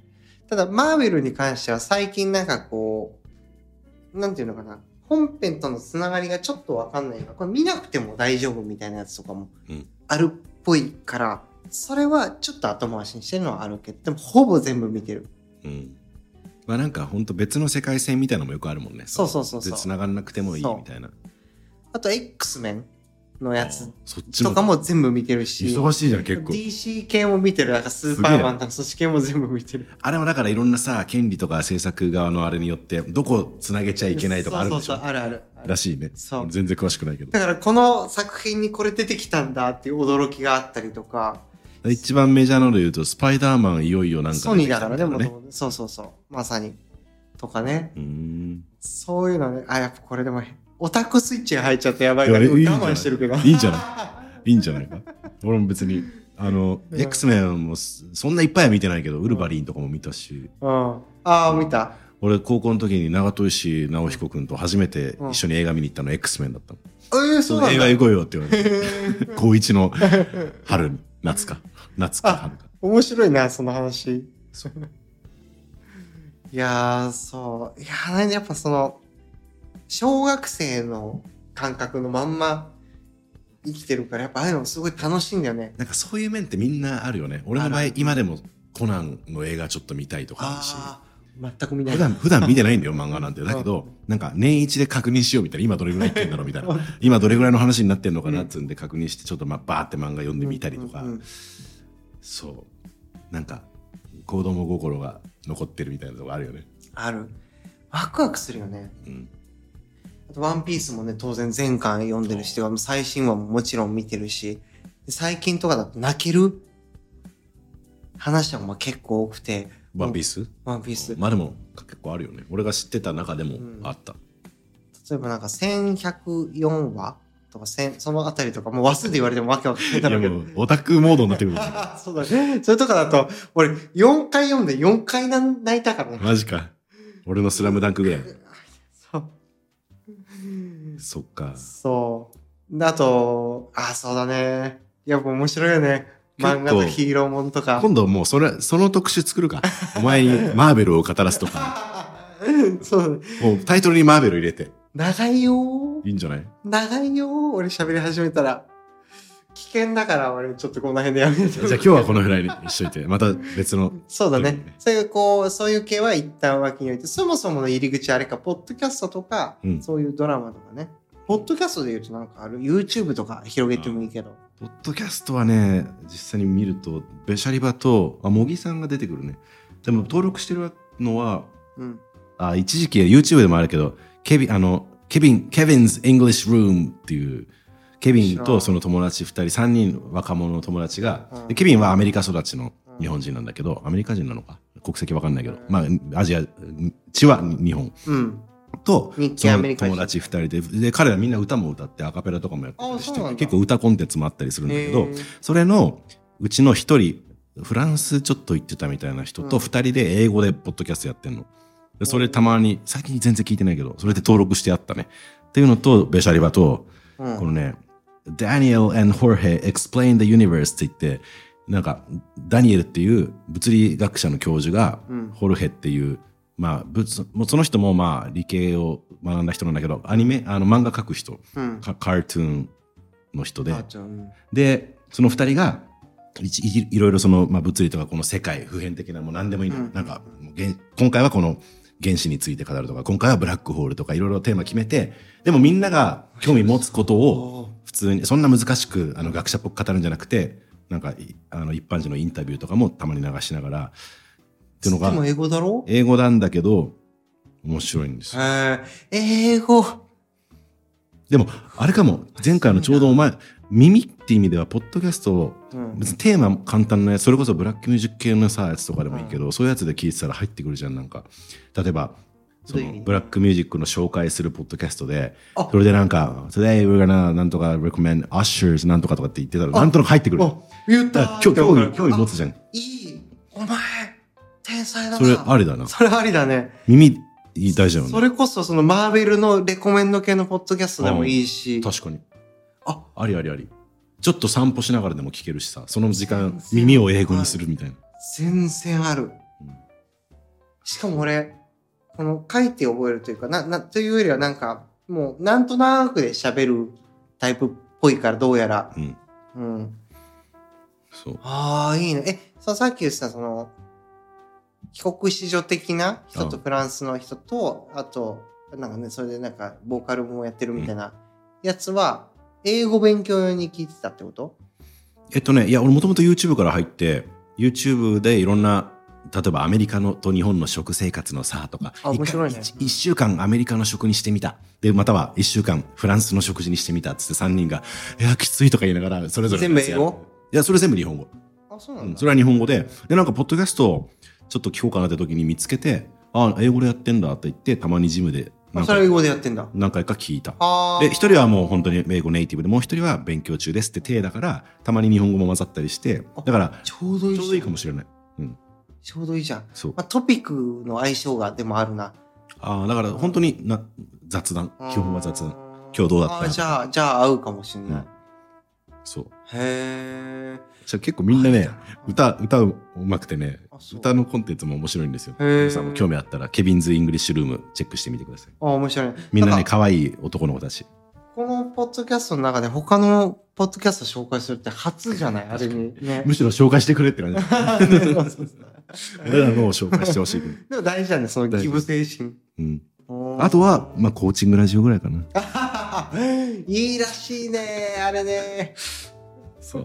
[SPEAKER 2] ただ、マーベルに関しては最近なんかこう、なんていうのかな、本編とのつながりがちょっとわかんないから、これ見なくても大丈夫みたいなやつとかも
[SPEAKER 3] うん
[SPEAKER 2] あるっぽいから、それはちょっと後回しにしてるのはあるけど、でもほぼ全部見てる。
[SPEAKER 3] うんまあなんか本当別の世界線みたいなのもよくあるもんね
[SPEAKER 2] そうそうそうそう
[SPEAKER 3] つながんなくてもいい
[SPEAKER 2] そう
[SPEAKER 3] みたいな
[SPEAKER 2] あと、X メンのやつ
[SPEAKER 3] そっち
[SPEAKER 2] と
[SPEAKER 3] も
[SPEAKER 2] かも全部見てるし、
[SPEAKER 3] 忙しいじゃん結構
[SPEAKER 2] DC 系も見てる、なんかスーパーマンとか組織系も全部見てる。
[SPEAKER 3] あれもだからいろんなさ権利とか制作側のあれによってどこつなげちゃいけないとかあるでし
[SPEAKER 2] そうそう
[SPEAKER 3] ょ
[SPEAKER 2] そう、あるある。ある
[SPEAKER 3] らしいね
[SPEAKER 2] そう
[SPEAKER 3] 全然詳しくないけど
[SPEAKER 2] だからこの作品にこれ出てきたんだっていう驚きがあったりとか、
[SPEAKER 3] 一番メジャーなので言うとスパイダーマンいよいよなんか
[SPEAKER 2] ソニーだから
[SPEAKER 3] で
[SPEAKER 2] ね、
[SPEAKER 3] も
[SPEAKER 2] もと
[SPEAKER 3] ね
[SPEAKER 2] もとそうそうそう、まさに。とかね。
[SPEAKER 3] うーん
[SPEAKER 2] そういうのね、あ、やっぱこれでも、オタクスイッチが入っちゃってやばいから、
[SPEAKER 3] いやいいんじゃない
[SPEAKER 2] 我慢してるけど。
[SPEAKER 3] いいんじゃないいいんじゃないか俺も別にあの
[SPEAKER 2] うん
[SPEAKER 3] X メンもすそんないっぱいは見てないけどウルヴァリンとかも見たし
[SPEAKER 2] うん。ああ、見た。
[SPEAKER 3] 俺高校の時に長門石直彦君と初めて一緒に映画見に行ったの X メンだったの
[SPEAKER 2] えー、そうなん
[SPEAKER 3] 映
[SPEAKER 2] だ
[SPEAKER 3] 画。行こうよって言われ て
[SPEAKER 2] へー
[SPEAKER 3] 高一の春に夏か夏か春か
[SPEAKER 2] 面白いな、その話。 いやー、そう。いやー、やっぱその、小学生の感覚のまんま生きてるから、やっぱああいうのすごい楽しいんだよね。
[SPEAKER 3] なんかそういう面ってみんなあるよね俺の場合
[SPEAKER 2] ある
[SPEAKER 3] 今でもコナンの映画ちょっと見たいとかあるし
[SPEAKER 2] あー全く見ない
[SPEAKER 3] 普。段普段見てないんだよ漫画なんてだけどなんか年一で確認しようみたいな今どれぐらいいってんだろうみたいな今どれぐらいの話になってんのかなっつうんで確認してちょっとまあバーって漫画読んでみたりとか
[SPEAKER 2] うんうんうん
[SPEAKER 3] そうなんか子供心が残ってるみたいなとこあるよね
[SPEAKER 2] ある。ワクワクするよね。
[SPEAKER 3] うん
[SPEAKER 2] あと、ワンピースもね、当然全巻読んでるし、最新話ももちろん見てるし、で最近とかだと泣ける話も結構多くて、
[SPEAKER 3] ワンピース
[SPEAKER 2] ワンピース。
[SPEAKER 3] まあでも結構あるよね俺が知ってた中でもあった
[SPEAKER 2] 例えばなんか1104話とか1000そのあたりとかもう話数で言われてもわけわかんない
[SPEAKER 3] い
[SPEAKER 2] だろ
[SPEAKER 3] や
[SPEAKER 2] うけど
[SPEAKER 3] も。うオタクモードになってくる
[SPEAKER 2] そうだね。それとかだと、俺4回読んで4回な泣いたからね。
[SPEAKER 3] マジか俺のスラムダンクぐらい
[SPEAKER 2] そう。
[SPEAKER 3] そっか
[SPEAKER 2] そう。であと、あ、そうだね。やっぱ面白いよね。漫画のヒーローもんとか。
[SPEAKER 3] 今度もうそれその特集作るかお前にマーベルを語らすとか
[SPEAKER 2] そうだね。
[SPEAKER 3] もうタイトルにマーベル入れて
[SPEAKER 2] 長いよー
[SPEAKER 3] いいんじゃない
[SPEAKER 2] 長いよー俺喋り始めたら。危険だから俺ちょっとこの辺でやめて。
[SPEAKER 3] じゃあ今日はこのぐらいにしといてまた別の
[SPEAKER 2] そうだ
[SPEAKER 3] とい
[SPEAKER 2] ね
[SPEAKER 3] うね。
[SPEAKER 2] そういう、こう、そういう系は一旦脇に置いて、そもそもの入り口あれか、ポッドキャストとか、
[SPEAKER 3] うん
[SPEAKER 2] そういうドラマとかね。ポッドキャストで言うとなんかある ?YouTube とか広げてもいいけど。
[SPEAKER 3] ポッドキャストはね実際に見るとべしゃりばとあ茂木さんが出てくるねでも登録してるのは
[SPEAKER 2] うん。
[SPEAKER 3] あ一時期 YouTube でもあるけどケビンあのケビンケビンズ・イングリッシュ・ルームっていうケビンとその友達2人3人若者の友達が、
[SPEAKER 2] うん
[SPEAKER 3] でケビンはアメリカ育ちの
[SPEAKER 2] うん
[SPEAKER 3] 日本人なんだけどアメリカ人なのか国籍わかんないけど、
[SPEAKER 2] うん
[SPEAKER 3] まあアジア地は日本
[SPEAKER 2] うん。
[SPEAKER 3] と
[SPEAKER 2] 日
[SPEAKER 3] そ
[SPEAKER 2] 系アメ
[SPEAKER 3] の
[SPEAKER 2] リカ人
[SPEAKER 3] 友達2人でで彼らみんな歌も歌ってアカペラとかもやってたりし
[SPEAKER 2] あそうなん
[SPEAKER 3] て
[SPEAKER 2] だ
[SPEAKER 3] 結構歌コンテンツもあったりするんだけど
[SPEAKER 2] へー
[SPEAKER 3] それのうちの1人フランスちょっと行ってたみたいな人と
[SPEAKER 2] うん
[SPEAKER 3] 2人で英語でポッドキャストやってんの。でそれたまに最近全然聞いてないけどそれで登録してあったね。っていうのとベシャリバと
[SPEAKER 2] うん
[SPEAKER 3] このね「Daniel and Jorge explain the universe」って言ってなんかダニエルっていう物理学者の教授が
[SPEAKER 2] うん
[SPEAKER 3] ホルヘっていう、まあ、物もうその人もまあ理系を学んだ人なんだけどアニメあの漫画描く人
[SPEAKER 2] うん。
[SPEAKER 3] かカートゥーンの人で
[SPEAKER 2] あちゃん
[SPEAKER 3] でその二人がいちいいろいろその、まあ、物理とかこの世界普遍的なもう何でもいいの、
[SPEAKER 2] うん
[SPEAKER 3] なんかもう原今回はこの原子について語るとか今回はブラックホールとかいろいろテーマ決めてでもみんなが興味持つことを普通にそんな難しくあの学者っぽく語るんじゃなくてなんかいあの一般人のインタビューとかもたまに流しながらっていうのが
[SPEAKER 2] でも英語だろ
[SPEAKER 3] 英語なんだけど面白いんです
[SPEAKER 2] へ
[SPEAKER 3] よ
[SPEAKER 2] ー英語。
[SPEAKER 3] でもあれかも前回のちょうどお前耳って意味ではポッドキャストを
[SPEAKER 2] うん
[SPEAKER 3] 別にテーマ簡単なやつそれこそブラックミュージック系のさやつとかでもいいけど、そういうやつで聞いてたら入ってくるじゃんなんか例えばそ
[SPEAKER 2] どういう意
[SPEAKER 3] の
[SPEAKER 2] 味
[SPEAKER 3] ブラックミュージックの紹介するポッドキャストで
[SPEAKER 2] あ
[SPEAKER 3] それでなんか「Today we're gonna なんとか recommend ushers なんとか」とかって言ってたらなんとなく入ってくる
[SPEAKER 2] あ、言った
[SPEAKER 3] だから興興味興味持つじゃん
[SPEAKER 2] あいい。お前、天才だな。
[SPEAKER 3] それありだな
[SPEAKER 2] それありだね。
[SPEAKER 3] 耳いい大事だよ
[SPEAKER 2] そ
[SPEAKER 3] ね
[SPEAKER 2] れこそそのマーベルのレコメンド系のポッドキャストでもいいし。
[SPEAKER 3] 確かに
[SPEAKER 2] あ
[SPEAKER 3] ありありありちょっと散歩しながらでも聞けるしさその時
[SPEAKER 2] 全
[SPEAKER 3] 間
[SPEAKER 2] 然
[SPEAKER 3] 耳を英語にするみたいな
[SPEAKER 2] 全然ある
[SPEAKER 3] うん。
[SPEAKER 2] しかも俺、この書いて覚えるというか、な、な、というよりはなんか、もうなんとなくで喋るタイプっぽいから、どうやら。
[SPEAKER 3] うん
[SPEAKER 2] うん。
[SPEAKER 3] そう
[SPEAKER 2] ああ、いいね。え、そのさっき言ってた、その、帰国子女的な人と
[SPEAKER 3] うん
[SPEAKER 2] フランスの人と、あと、なんかね、それでなんか、ボーカルもやってるみたいなやつは、英語勉強用に聞いてたってこと
[SPEAKER 3] えっとねいや俺もともと YouTube から入って YouTube でいろんな例えばアメリカのと日本の食生活の差とか
[SPEAKER 2] あ面白いね
[SPEAKER 3] 一回一一週間アメリカの食にしてみたでまたは一週間フランスの食事にしてみたっつって三人が「いやきつい」とか言いながらそれぞれのやつや
[SPEAKER 2] 全
[SPEAKER 3] る
[SPEAKER 2] 部英語
[SPEAKER 3] いやそれ全部日本語
[SPEAKER 2] あ、そうな
[SPEAKER 3] うんん、
[SPEAKER 2] だ。
[SPEAKER 3] それは日本語で、で、なんか、ポッドキャストをちょっと聞こうかなって時に見つけて、あ、英語でやってんだって言って、たまにジムでなん
[SPEAKER 2] そ
[SPEAKER 3] か
[SPEAKER 2] れを英語でやってんだ。
[SPEAKER 3] 何回か聞いた。
[SPEAKER 2] あー
[SPEAKER 3] で、一人はもう本当に英語ネイティブで、もう一人は勉強中ですって体だから、たまに日本語も混ざったりして、だから、
[SPEAKER 2] ちょうどいい
[SPEAKER 3] ちょうどいいかも
[SPEAKER 2] し
[SPEAKER 3] しれない。
[SPEAKER 2] れない。ちょうどいいじゃん。
[SPEAKER 3] そう。
[SPEAKER 2] まあ、トピックの相性がでもあるな。
[SPEAKER 3] ああ、だから本当にな雑談。基本は雑談。
[SPEAKER 2] 談
[SPEAKER 3] 今日どうだった
[SPEAKER 2] あーじゃあ、じゃあ合うかもしれない。
[SPEAKER 3] うんそう。
[SPEAKER 2] へえ。
[SPEAKER 3] じゃあ結構みんなね、
[SPEAKER 2] うん
[SPEAKER 3] 歌、歌うまくてね
[SPEAKER 2] あ、そう
[SPEAKER 3] 歌のコンテンツも面白いんですよ。
[SPEAKER 2] へー
[SPEAKER 3] 皆さんも興味あったら、ケビンズ・イングリッシュルームチェックしてみてください。
[SPEAKER 2] あ、面白い。
[SPEAKER 3] みんなね、
[SPEAKER 2] か
[SPEAKER 3] 可愛い男の子たち。
[SPEAKER 2] このポッドキャストの中で他のポッドキャスト紹介するって初じゃないある意味。ね。
[SPEAKER 3] むしろ紹介してくれって感じ。 俺らのを紹介してほしい。
[SPEAKER 2] でも大事だね、そのギブ精神。
[SPEAKER 3] うん。
[SPEAKER 2] おー
[SPEAKER 3] あとは、まあ、コーチングラジオぐらいかな。
[SPEAKER 2] いいらしいね、あれね。
[SPEAKER 3] そう。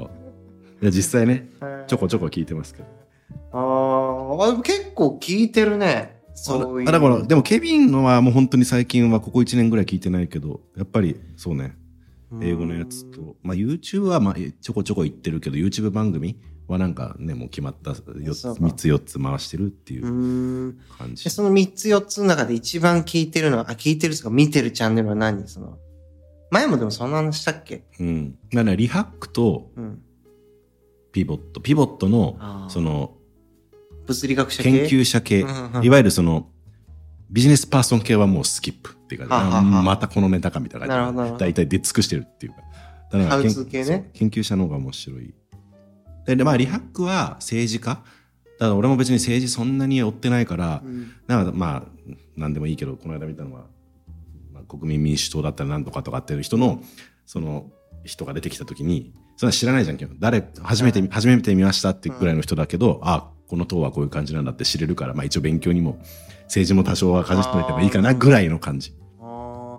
[SPEAKER 3] いや、実際ね、ちょこちょこ聞いてますけど。
[SPEAKER 2] あーあ、でも結構聞いてるね。そういう。
[SPEAKER 3] あだから、でもケビンのはもう本当に最近はここ1年ぐらい聞いてないけど、やっぱりそうね、英語のやつ
[SPEAKER 2] うん。
[SPEAKER 3] と、まあ、YouTube はまあえちょこちょこ言ってるけど、YouTube 番組はなんかね、もう決まった4つ、
[SPEAKER 2] そうか
[SPEAKER 3] 3つ4つ回してるっていうう
[SPEAKER 2] ーん
[SPEAKER 3] 感じ。
[SPEAKER 2] でその3つ4つの中で一番聞いてるのは、あ、聞いてるとか見てるチャンネルは何その。前もでもそんな話したっけ
[SPEAKER 3] うん。だからリハックと
[SPEAKER 2] うん。
[SPEAKER 3] ピボット。ピボットの、
[SPEAKER 2] あー
[SPEAKER 3] その、
[SPEAKER 2] 物理学者系
[SPEAKER 3] 研究者系、
[SPEAKER 2] うんうんうん
[SPEAKER 3] いわゆるその、ビジネスパーソン系はもうスキップっていう
[SPEAKER 2] は
[SPEAKER 3] 感
[SPEAKER 2] あ
[SPEAKER 3] じ。
[SPEAKER 2] はあはあ
[SPEAKER 3] またこのネタかみたいな
[SPEAKER 2] なるほどなるほ
[SPEAKER 3] 感じ。
[SPEAKER 2] ど
[SPEAKER 3] 大体出尽くしてるっていうか。だから
[SPEAKER 2] ハウ
[SPEAKER 3] けん
[SPEAKER 2] ツー系ね
[SPEAKER 3] そう研究者の方が面白い。で、でまあ、リハックは政治家。だから俺も別に政治そんなに追ってないから、
[SPEAKER 2] うん
[SPEAKER 3] なんかまあ、なんでもいいけど、この間見たのは、まあ、国民民主党だったらなんとかとかっていう人の、その人が出てきたときに、そんな知らないじゃんけん。誰、初めて、初めて見ましたってぐらいの人だけど、あ、この党はこういう感じなんだって知れるから、まあ一応勉強にも、政治も多少はかじっといてもいいかなぐらいの感じ。
[SPEAKER 2] あー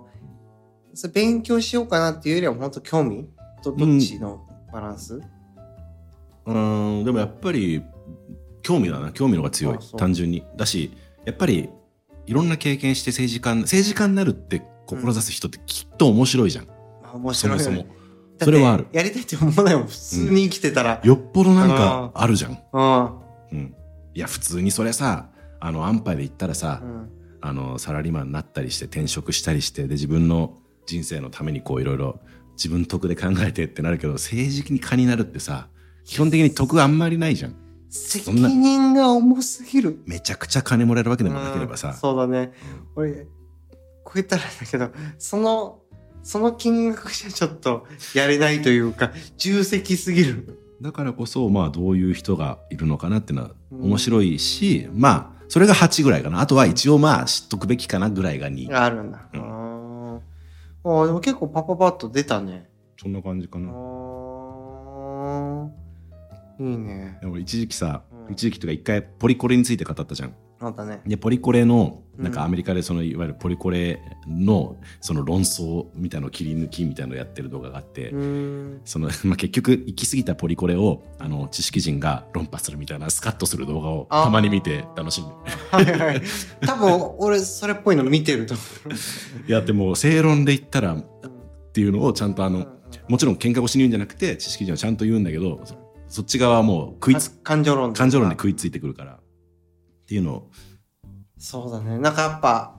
[SPEAKER 2] それ勉強しようかなっていうよりは本当興味とどっちのバランス、
[SPEAKER 3] うん、でもやっぱり、興味だな。興味の方が強い
[SPEAKER 2] あそ。う
[SPEAKER 3] 単純に。だし、やっぱり、いろんな経験して政治家、政治家になるって志す人ってきっと面白いじゃん。
[SPEAKER 2] まあ面
[SPEAKER 3] そ
[SPEAKER 2] 白い
[SPEAKER 3] も
[SPEAKER 2] よね
[SPEAKER 3] そ
[SPEAKER 2] だ
[SPEAKER 3] も。
[SPEAKER 2] って
[SPEAKER 3] それはある
[SPEAKER 2] やりたいって思わないもん普通に生きてたら、
[SPEAKER 3] よっぽどなんかあるじゃん。
[SPEAKER 2] うん
[SPEAKER 3] うん、いや普通にそれさあの安牌で言ったらさ、
[SPEAKER 2] うん
[SPEAKER 3] あのサラリーマンになったりして転職したりしてで自分の人生のためにこういろいろ自分得で考えてってなるけど政治に蚊になるってさ基本的に得あんまりないじゃん。
[SPEAKER 2] 責
[SPEAKER 3] んな
[SPEAKER 2] 任が重すぎる
[SPEAKER 3] めちゃくちゃ金もらえるわけでもなければ
[SPEAKER 2] うん
[SPEAKER 3] さ、
[SPEAKER 2] そうだね俺こう言ったらあれだけどそのその金額じゃちょっとやれないというか重責すぎる
[SPEAKER 3] だからこそまあどういう人がいるのかなっていうのは
[SPEAKER 2] うん
[SPEAKER 3] 面白いし、まあそれが8ぐらいかなあとは一応まあ知っとくべきかなぐらいが2、
[SPEAKER 2] あるんだ、
[SPEAKER 3] う
[SPEAKER 2] うん、ああでも結構パパパッと出たね
[SPEAKER 3] そんな感じかな。
[SPEAKER 2] あーいいね。
[SPEAKER 3] でも俺一時期さ、
[SPEAKER 2] うん
[SPEAKER 3] 一時期とか一回ポリコレについて語ったじゃん。
[SPEAKER 2] あったね。
[SPEAKER 3] でポリコレの
[SPEAKER 2] うん
[SPEAKER 3] なんかアメリカでそのいわゆるポリコレのその論争みたいの切り抜きみたいのやってる動画があって、
[SPEAKER 2] うーん。
[SPEAKER 3] その まあ、結局行き過ぎたポリコレをあの知識人が論破するみたいなスカッとする動画を
[SPEAKER 2] あー
[SPEAKER 3] たまに見て楽しんで
[SPEAKER 2] はいはい。多分、俺、それっぽいの見てると思
[SPEAKER 3] いやでも正論で言ったらっ
[SPEAKER 2] う。
[SPEAKER 3] ていうのをちゃんとあ
[SPEAKER 2] う
[SPEAKER 3] の、
[SPEAKER 2] んうん
[SPEAKER 3] もちろん喧嘩腰に言うんじゃなくて知識人はちゃんと言うんだけどそそっち側はもう食いつ
[SPEAKER 2] か感情論
[SPEAKER 3] 感情論で
[SPEAKER 2] い
[SPEAKER 3] 食いついてくるからっていうのを
[SPEAKER 2] そうだね。なんかやっぱ、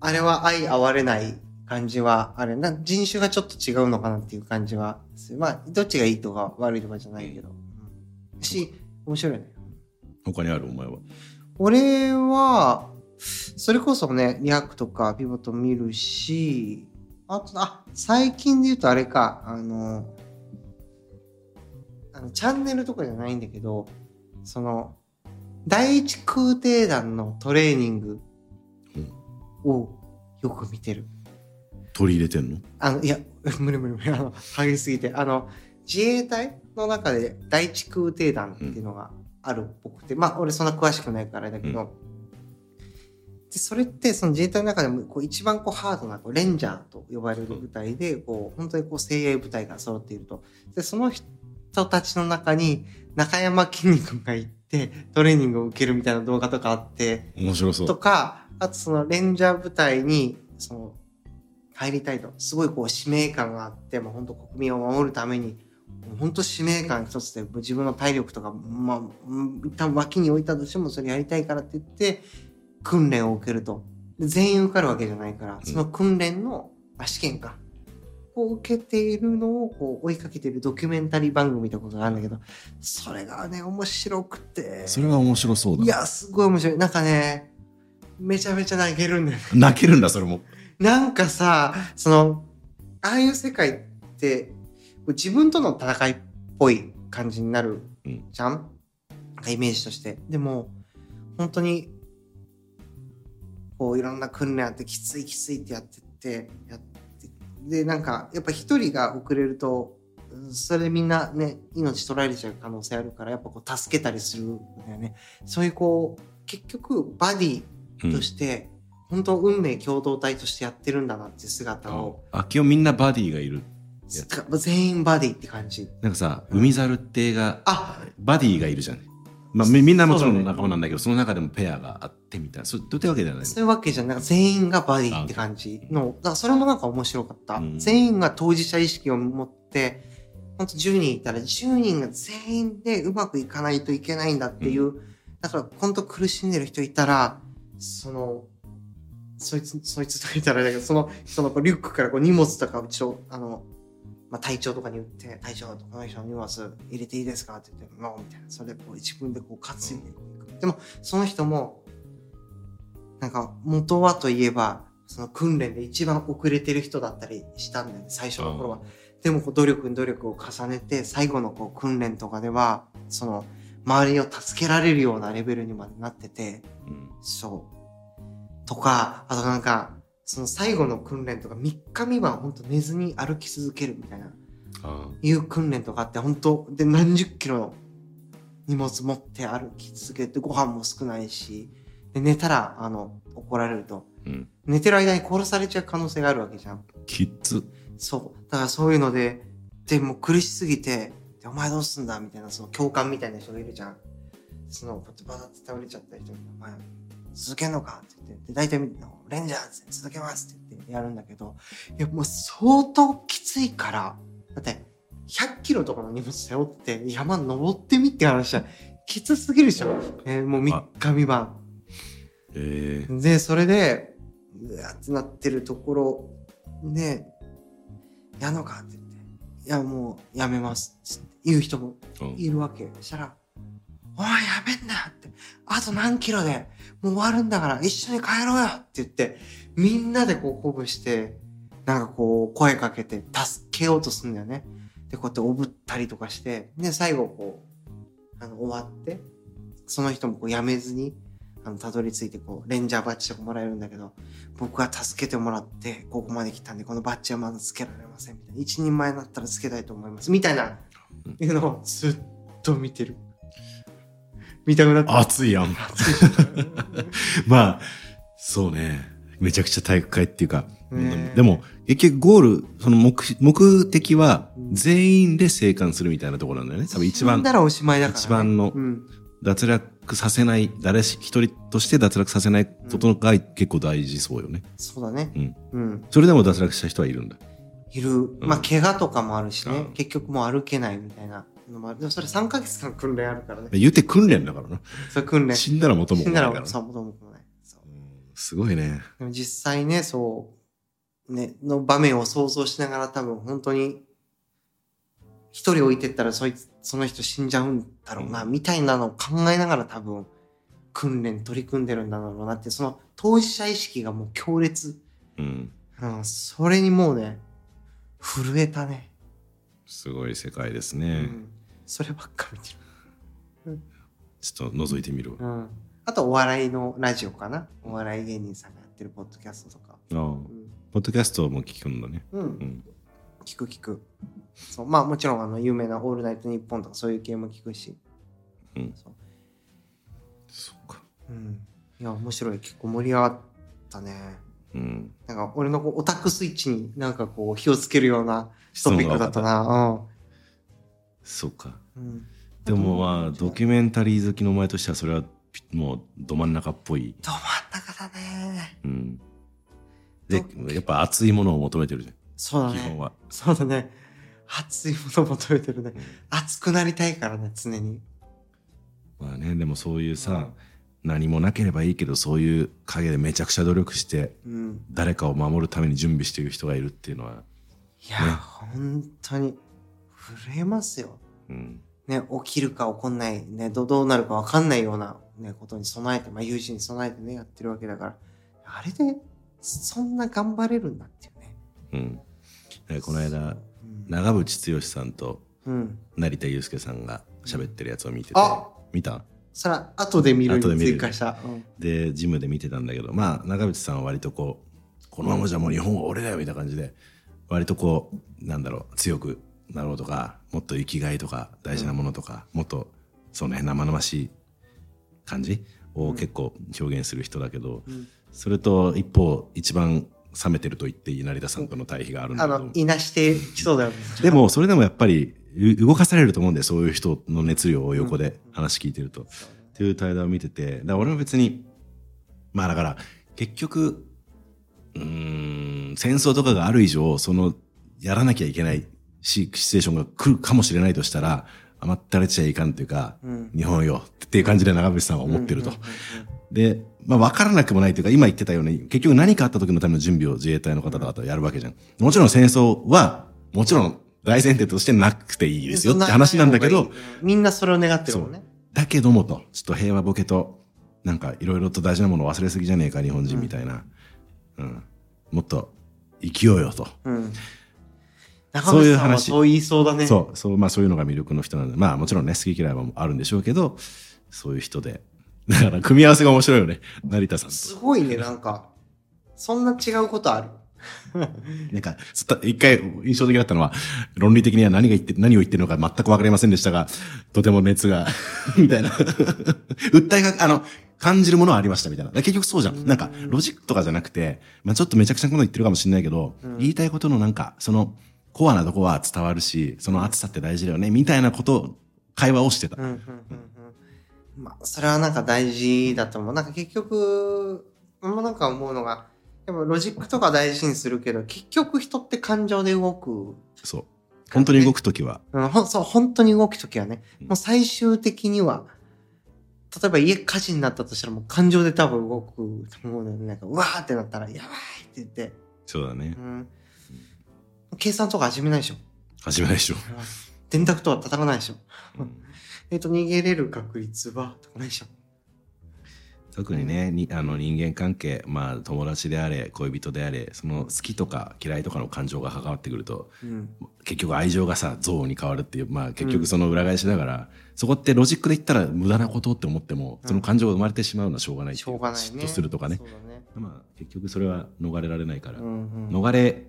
[SPEAKER 2] あれは相合われない感じは、あれ、な人種がちょっと違うのかなっていう感じはする。まあ、どっちがいいとか悪いとかじゃないけど。うんし、面白いね。
[SPEAKER 3] 他にあるお前は。
[SPEAKER 2] 俺はそれこそねリハックとかピボット見るしあとあ最近で言うとあれかあのあのチャンネルとかじゃないんだけどその第一空挺団のトレーニングをよく見てる。
[SPEAKER 3] 取り入れてんの
[SPEAKER 2] あのいや 無理無理無理あの激しすぎてあの自衛隊の中で第一空挺団っていうのがあるっぽくて、まあ俺そんな詳しくないからあれだけど、でそれってその自衛隊の中でもこう一番こうハードなこうレンジャーと呼ばれる部隊でこう本当にこう精鋭部隊が揃っているとでその人たちの中に中山きんに君が行ってトレーニングを受けるみたいな動画とかあって。
[SPEAKER 3] 面白そ
[SPEAKER 2] と
[SPEAKER 3] う。
[SPEAKER 2] か、あとそのレンジャー部隊に、その、入りたいと。すごいこう使命感があって、もう本当国民を守るために、もう本当使命感一つでもう自分の体力とか、まあうん、一旦脇に置いたとしてもそれやりたいからって言って、訓練を受けると。全員受かるわけじゃないから、その訓練の、あ、試験か。を受けているのをこう追いかけているドキュメンタリー番組みたいなことがあるんだけど、それがね、面白くて。
[SPEAKER 3] それは面白そうだ
[SPEAKER 2] いや、すごい面白い。なんかね、めちゃめちゃ泣けるんだよね。
[SPEAKER 3] 泣けるんだそれも
[SPEAKER 2] なんかさ、その、ああいう世界って、自分との戦いっぽい感じになる
[SPEAKER 3] うん
[SPEAKER 2] じゃん、なんかイメージとして。でも、本当に、こう、いろんな訓練あって、きついきついってやってって、やって、で、なんか、やっぱ一人が遅れると、うんそれでみんなね、命取られちゃう可能性あるから、やっぱこう、助けたりするんだよね。そういうこう、結局、バディ
[SPEAKER 3] うん
[SPEAKER 2] として、本当運命共同体としてやってるんだなっていう姿を、
[SPEAKER 3] あ今日みんなバディがいる
[SPEAKER 2] つか全員バディって感じ
[SPEAKER 3] なんかさ海猿って映画
[SPEAKER 2] あ
[SPEAKER 3] バディがいるじゃん、まあ、みみんなもち
[SPEAKER 2] そう
[SPEAKER 3] ろ
[SPEAKER 2] んだね
[SPEAKER 3] 仲間なんだけどその中でもペアがあってみたいなそういうわけじゃないの
[SPEAKER 2] そういうわけじゃなく全員がバディって感じのだからそれもなんか面白かった、
[SPEAKER 3] うん
[SPEAKER 2] 全員が当事者意識を持って本当10人いたら10人が全員でうまくいかないといけないんだっていう、だから本当苦しんでる人いたらそのそいつそいつと言ったらあれだけどそのそのこうリュックからこう荷物とかを一応あのまあ、隊長とかに言って「隊長この人の荷物入れていいですか?」って言って「ノー」みたいなそれでこう自分でこう担いでいく、でもその人もなんか元はといえばその訓練で一番遅れてる人だったりしたんだよね最初の頃は、でもこう努力に努力を重ねて最後のこう訓練とかではその周りを助けられるようなレベルにまでなってて、
[SPEAKER 3] うん
[SPEAKER 2] そう。とか、あとなんか、その最後の訓練とか、3日3晩本当寝ずに歩き続けるみたいな、
[SPEAKER 3] あ
[SPEAKER 2] いう訓練とかあって、本当で何十キロの荷物持って歩き続けて、ご飯も少ないし、で寝たら、あの、怒られると。
[SPEAKER 3] ーうん
[SPEAKER 2] 寝てる間に殺されちゃう可能性があるわけじゃん。
[SPEAKER 3] キッズ
[SPEAKER 2] そう。だからそういうので、でもう苦しすぎて、でお前どうすんだみたいな、その共感みたいな人がいるじゃん。その、バタバタって倒れちゃった人に、お前、続けんのかって言って、で、大体みんな、レンジャーズ続けますって言ってやるんだけど、いや、もう相当きついから、だって、100キロとかの荷物背負って山登ってみって話じゃんきつすぎるでしょ。えーもう3日3晩。
[SPEAKER 3] えー
[SPEAKER 2] でそれでうわーってなってるところで「やんのか」って言って「いやもうやめます」って言う人も
[SPEAKER 3] うん
[SPEAKER 2] いるわけそしたら「おいやめんな」って「あと何キロでもう終わるんだから一緒に帰ろうよ」って言ってみんなでこう鼓舞してなんかこう声かけて助けようとするんだよね。でこうやっておぶったりとかしてで最後こうあの終わってその人もこうやめずにあのたどり着いてこうレンジャーバッジとかもらえるんだけど僕は助けてもらってここまで来たんでこのバッジはまだつけられませんみたいな一人前になったらつけたいと思いますみたいないうのをずっと見てる見たくなった
[SPEAKER 3] 熱い やんまあそうねめちゃくちゃ体育会っていうか、
[SPEAKER 2] ねえ
[SPEAKER 3] でも結局ゴールその目し目的は全員で生還するみたいなところなんだ よね多分一
[SPEAKER 2] 死ん
[SPEAKER 3] 番
[SPEAKER 2] だらおしまいだから、
[SPEAKER 3] 一番の
[SPEAKER 2] うん
[SPEAKER 3] 脱落させない誰し一人として脱落させないことが結構大事そうよね、
[SPEAKER 2] そうだね
[SPEAKER 3] うん、
[SPEAKER 2] うん
[SPEAKER 3] それでも脱落した人はいるんだ
[SPEAKER 2] いる、まあ
[SPEAKER 3] うん
[SPEAKER 2] 怪我とかもあるしね、
[SPEAKER 3] うん
[SPEAKER 2] 結局もう歩けないみたいなのもあるでもそれ3ヶ月間訓練あるからね
[SPEAKER 3] 言って訓練だからな、
[SPEAKER 2] それ訓練
[SPEAKER 3] 死んだら元も
[SPEAKER 2] 死
[SPEAKER 3] 子
[SPEAKER 2] ん
[SPEAKER 3] もな
[SPEAKER 2] だ
[SPEAKER 3] い
[SPEAKER 2] ら
[SPEAKER 3] から
[SPEAKER 2] そう元も子もないそう
[SPEAKER 3] すごいね
[SPEAKER 2] でも実際ね、そう、ね、の場面を想像しながら多分本当に、一人置いてったらそいつ、その人死んじゃうんだろうな、
[SPEAKER 3] う
[SPEAKER 2] みたいなのを考えながら多分、訓練取り組んでるんだろうなって、その当事者意識がもう強烈。
[SPEAKER 3] うん
[SPEAKER 2] うん、それにもうね、震えたね。
[SPEAKER 3] すごい世界です
[SPEAKER 2] う
[SPEAKER 3] ね、
[SPEAKER 2] ん。そればっか見て
[SPEAKER 3] ちょっと覗いてみるわ
[SPEAKER 2] る。うん。あとお笑いのラジオかな。お笑い芸人さんがやってるポッドキャストとか。
[SPEAKER 3] ああ
[SPEAKER 2] うん。
[SPEAKER 3] ポッドキャストも聞くんだね
[SPEAKER 2] うん
[SPEAKER 3] うん
[SPEAKER 2] 聞く聞くそうまあもちろんあの有名な「オールナイトニッポン」とかそういう系も聞くし、
[SPEAKER 3] うん
[SPEAKER 2] そ
[SPEAKER 3] そうか
[SPEAKER 2] ううん、いや面白い結構盛り上がったね
[SPEAKER 3] うん
[SPEAKER 2] なんか俺のこうオタクスイッチになんかこう火をつけるようなトピックだったな
[SPEAKER 3] そうか
[SPEAKER 2] うん、うん、
[SPEAKER 3] でもまあドキュメンタリー好きのお前としてはそれはぴもうど真ん中っぽい、
[SPEAKER 2] ど真ん中だね
[SPEAKER 3] うん、で
[SPEAKER 2] ド
[SPEAKER 3] やっぱ熱いものを求めてるじ
[SPEAKER 2] そう
[SPEAKER 3] ゃ
[SPEAKER 2] だ
[SPEAKER 3] ん基本
[SPEAKER 2] ね
[SPEAKER 3] は、
[SPEAKER 2] そうだね熱いもの求めてるね
[SPEAKER 3] うん
[SPEAKER 2] 熱くなりたいからね常に
[SPEAKER 3] まあねでもそういうさ、何もなければいいけど、そういう陰でめちゃくちゃ努力して、
[SPEAKER 2] うん。
[SPEAKER 3] 誰かを守るために準備している人がいるっていうのは、
[SPEAKER 2] いや、本当に、震えますよ。
[SPEAKER 3] うん。
[SPEAKER 2] ね、起きるか起こんない、ね、どどうなるか分かんないような、ね、ことに備えて、まあ、有事に備えてね、やってるわけだから、あれで、そんな頑張れるんだっていうね。
[SPEAKER 3] うん。でこの間、
[SPEAKER 2] うん。
[SPEAKER 3] 長渕剛さんと
[SPEAKER 2] うん、
[SPEAKER 3] 成田悠介さんが喋ってるやつを見てて
[SPEAKER 2] あ、
[SPEAKER 3] 見た
[SPEAKER 2] それは後で見る
[SPEAKER 3] 後で
[SPEAKER 2] に
[SPEAKER 3] 見る
[SPEAKER 2] 追加した。うん
[SPEAKER 3] でジムで見てたんだけどまあ長渕さんは割とこうこのままじゃもう日本は俺だよみたいな感じで割とこうなんだろう強くなろうとかもっと生きがいとか大事なものとか、もっとその辺生々しい感じを結構表現する人だけど、
[SPEAKER 2] うん
[SPEAKER 3] それと一方一番冷めてると言っていい成田さんとの対比があるんだ
[SPEAKER 2] あ
[SPEAKER 3] け
[SPEAKER 2] の
[SPEAKER 3] ど、
[SPEAKER 2] いなしてきそうだよね。
[SPEAKER 3] でもそれでもやっぱりう動かされると思うんでそういう人の熱量を横で話聞いてると。っていう対談を見てて、だから俺も別に、まあだから、結局、うーん、戦争とかがある以上、その、やらなきゃいけないし、シチュエーションが来るかもしれないとしたら、甘ったれちゃいかんというか、
[SPEAKER 2] うん
[SPEAKER 3] 日本よっていう感じで長渕さんは思ってると。
[SPEAKER 2] うんうんうんうん
[SPEAKER 3] で、まあ分からなくもないというか、今言ってたように、結局何かあった時のための準備を自衛隊の方々はやるわけじゃん。もちろん戦争は、もちろん大前提としてなくていいですよって話なんだけど、、
[SPEAKER 2] みんなそれを願ってるもんね。
[SPEAKER 3] だけどもと、ちょっと平和ボケと、なんかいろいろと大事なものを忘れすぎじゃねえか、日本人みたいな。うん。もっと、生きようよと。
[SPEAKER 2] うん。中
[SPEAKER 3] そうい
[SPEAKER 2] 渕
[SPEAKER 3] う
[SPEAKER 2] さんは
[SPEAKER 3] 話
[SPEAKER 2] そう言いそうだね。
[SPEAKER 3] そう、そう、まあそういうのが魅力の人なんで、まあもちろんね、好き嫌いはあるんでしょうけど、そういう人で。だから、組み合わせが面白いよね。成田さん
[SPEAKER 2] す
[SPEAKER 3] と。
[SPEAKER 2] ごいね、なんか。そんな違うことある。
[SPEAKER 3] なんか、すた一回印象的だったのは、論理的には何が言って、何を言ってるのか全くわかりませんでしたが、とても熱が、 みたいな。訴えが、あの、感じるものはありましたみたいな。だから結局そうじゃん。なんか、ロジックとかじゃなくて、まあちょっとめちゃくちゃなこと言ってるかもしれないけど、言いたいことのなんか、その、コアなとこは伝わるし、その熱さって大事だよね、みたいなこと、会話をしてた
[SPEAKER 2] うん。うんうんうん。まあ、それはなんか大事だと思う。なんか結局、もうなんか思うのが、でもロジックとか大事にするけど、結局人って感情で動く。
[SPEAKER 3] そう。本当に動くときは、
[SPEAKER 2] うん、ほんそう、本当に動くときはね、
[SPEAKER 3] うん
[SPEAKER 2] もう最終的には、例えば家火事になったとしたらもう感情で多分動くと思うのよね。なんか、うわーってなったら、やばいって言って、
[SPEAKER 3] そうだね
[SPEAKER 2] う。ん。計算とか始めないでしょ。
[SPEAKER 3] 始めないでしょ。
[SPEAKER 2] 電卓とは叩かないでしょ。
[SPEAKER 3] うん
[SPEAKER 2] えっ、と、逃げれる確率は、とかないでしょ。
[SPEAKER 3] 特にね、にあの人間関係、まあ友達であれ、恋人であれ、その好きとか嫌いとかの感情が関わってくると、
[SPEAKER 2] うん。
[SPEAKER 3] 結局愛情がさ、憎悪に変わるっていう、まあ結局その裏返しだから、そこってロジックで言ったら無駄なことって思っても、その感情が生まれてしまうのはしょうがないってい
[SPEAKER 2] しょうがないね。
[SPEAKER 3] 嫉妬するとかね
[SPEAKER 2] そ。うだね。
[SPEAKER 3] まあ結局それは逃れられないから、
[SPEAKER 2] うんうん。
[SPEAKER 3] 逃れ、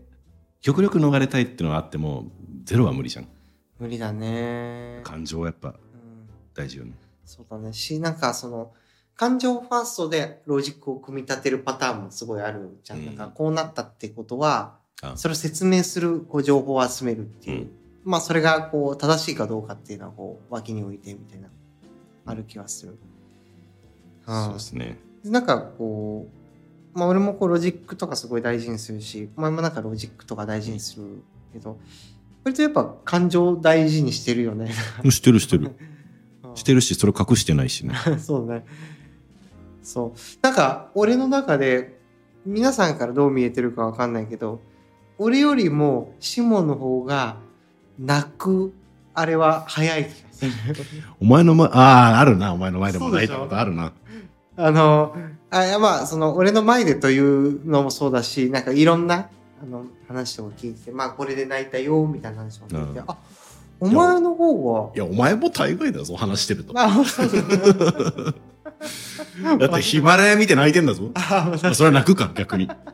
[SPEAKER 3] 極力逃れたいっていうのがあっても、ゼロは無理じゃん。
[SPEAKER 2] 無理だね。
[SPEAKER 3] 感情はやっぱ
[SPEAKER 2] うん。
[SPEAKER 3] 大事よね。
[SPEAKER 2] そうだね。し、なんかその、感情ファーストでロジックを組み立てるパターンもすごいあるじゃん。
[SPEAKER 3] うん
[SPEAKER 2] なんかこうなったってことは、
[SPEAKER 3] あ
[SPEAKER 2] それを説明するこう情報を集めるっていう。
[SPEAKER 3] うん
[SPEAKER 2] まあそれがこう正しいかどうかっていうのはこう脇に置いてみたいな、ある気はする。うん
[SPEAKER 3] そうですね。
[SPEAKER 2] なんかこう、まあ俺もこうロジックとかすごい大事にするし、お前もなんかロジックとか大事にするけど、割とやっぱ感情を大事にしてるよね。
[SPEAKER 3] してるしてる。 して
[SPEAKER 2] る。
[SPEAKER 3] るし、それ隠してないしね。
[SPEAKER 2] そうね。そう。なんか俺の中で、皆さんからどう見えてるかわかんないけど、俺よりもシモンの方が泣く、あれは早い気がする。
[SPEAKER 3] お前の前、ああ、あるな、お前の前でも
[SPEAKER 2] そう
[SPEAKER 3] 泣
[SPEAKER 2] で
[SPEAKER 3] い
[SPEAKER 2] しょ
[SPEAKER 3] たことあるな。
[SPEAKER 2] あの、あいやまあ、その、俺の前でというのもそうだし、なんかいろんな、あの、話とか聞いて、まあ、これで泣いたよ、みたいな話も聞いて、
[SPEAKER 3] うん、
[SPEAKER 2] あ、お前の方はい
[SPEAKER 3] や、お前も大概だよ、そう話してると。だ
[SPEAKER 2] まあ、そうそうそう
[SPEAKER 3] ってヒマラヤ見て泣いてんだぞ。
[SPEAKER 2] あ
[SPEAKER 3] まあそれは泣くか、逆に。わか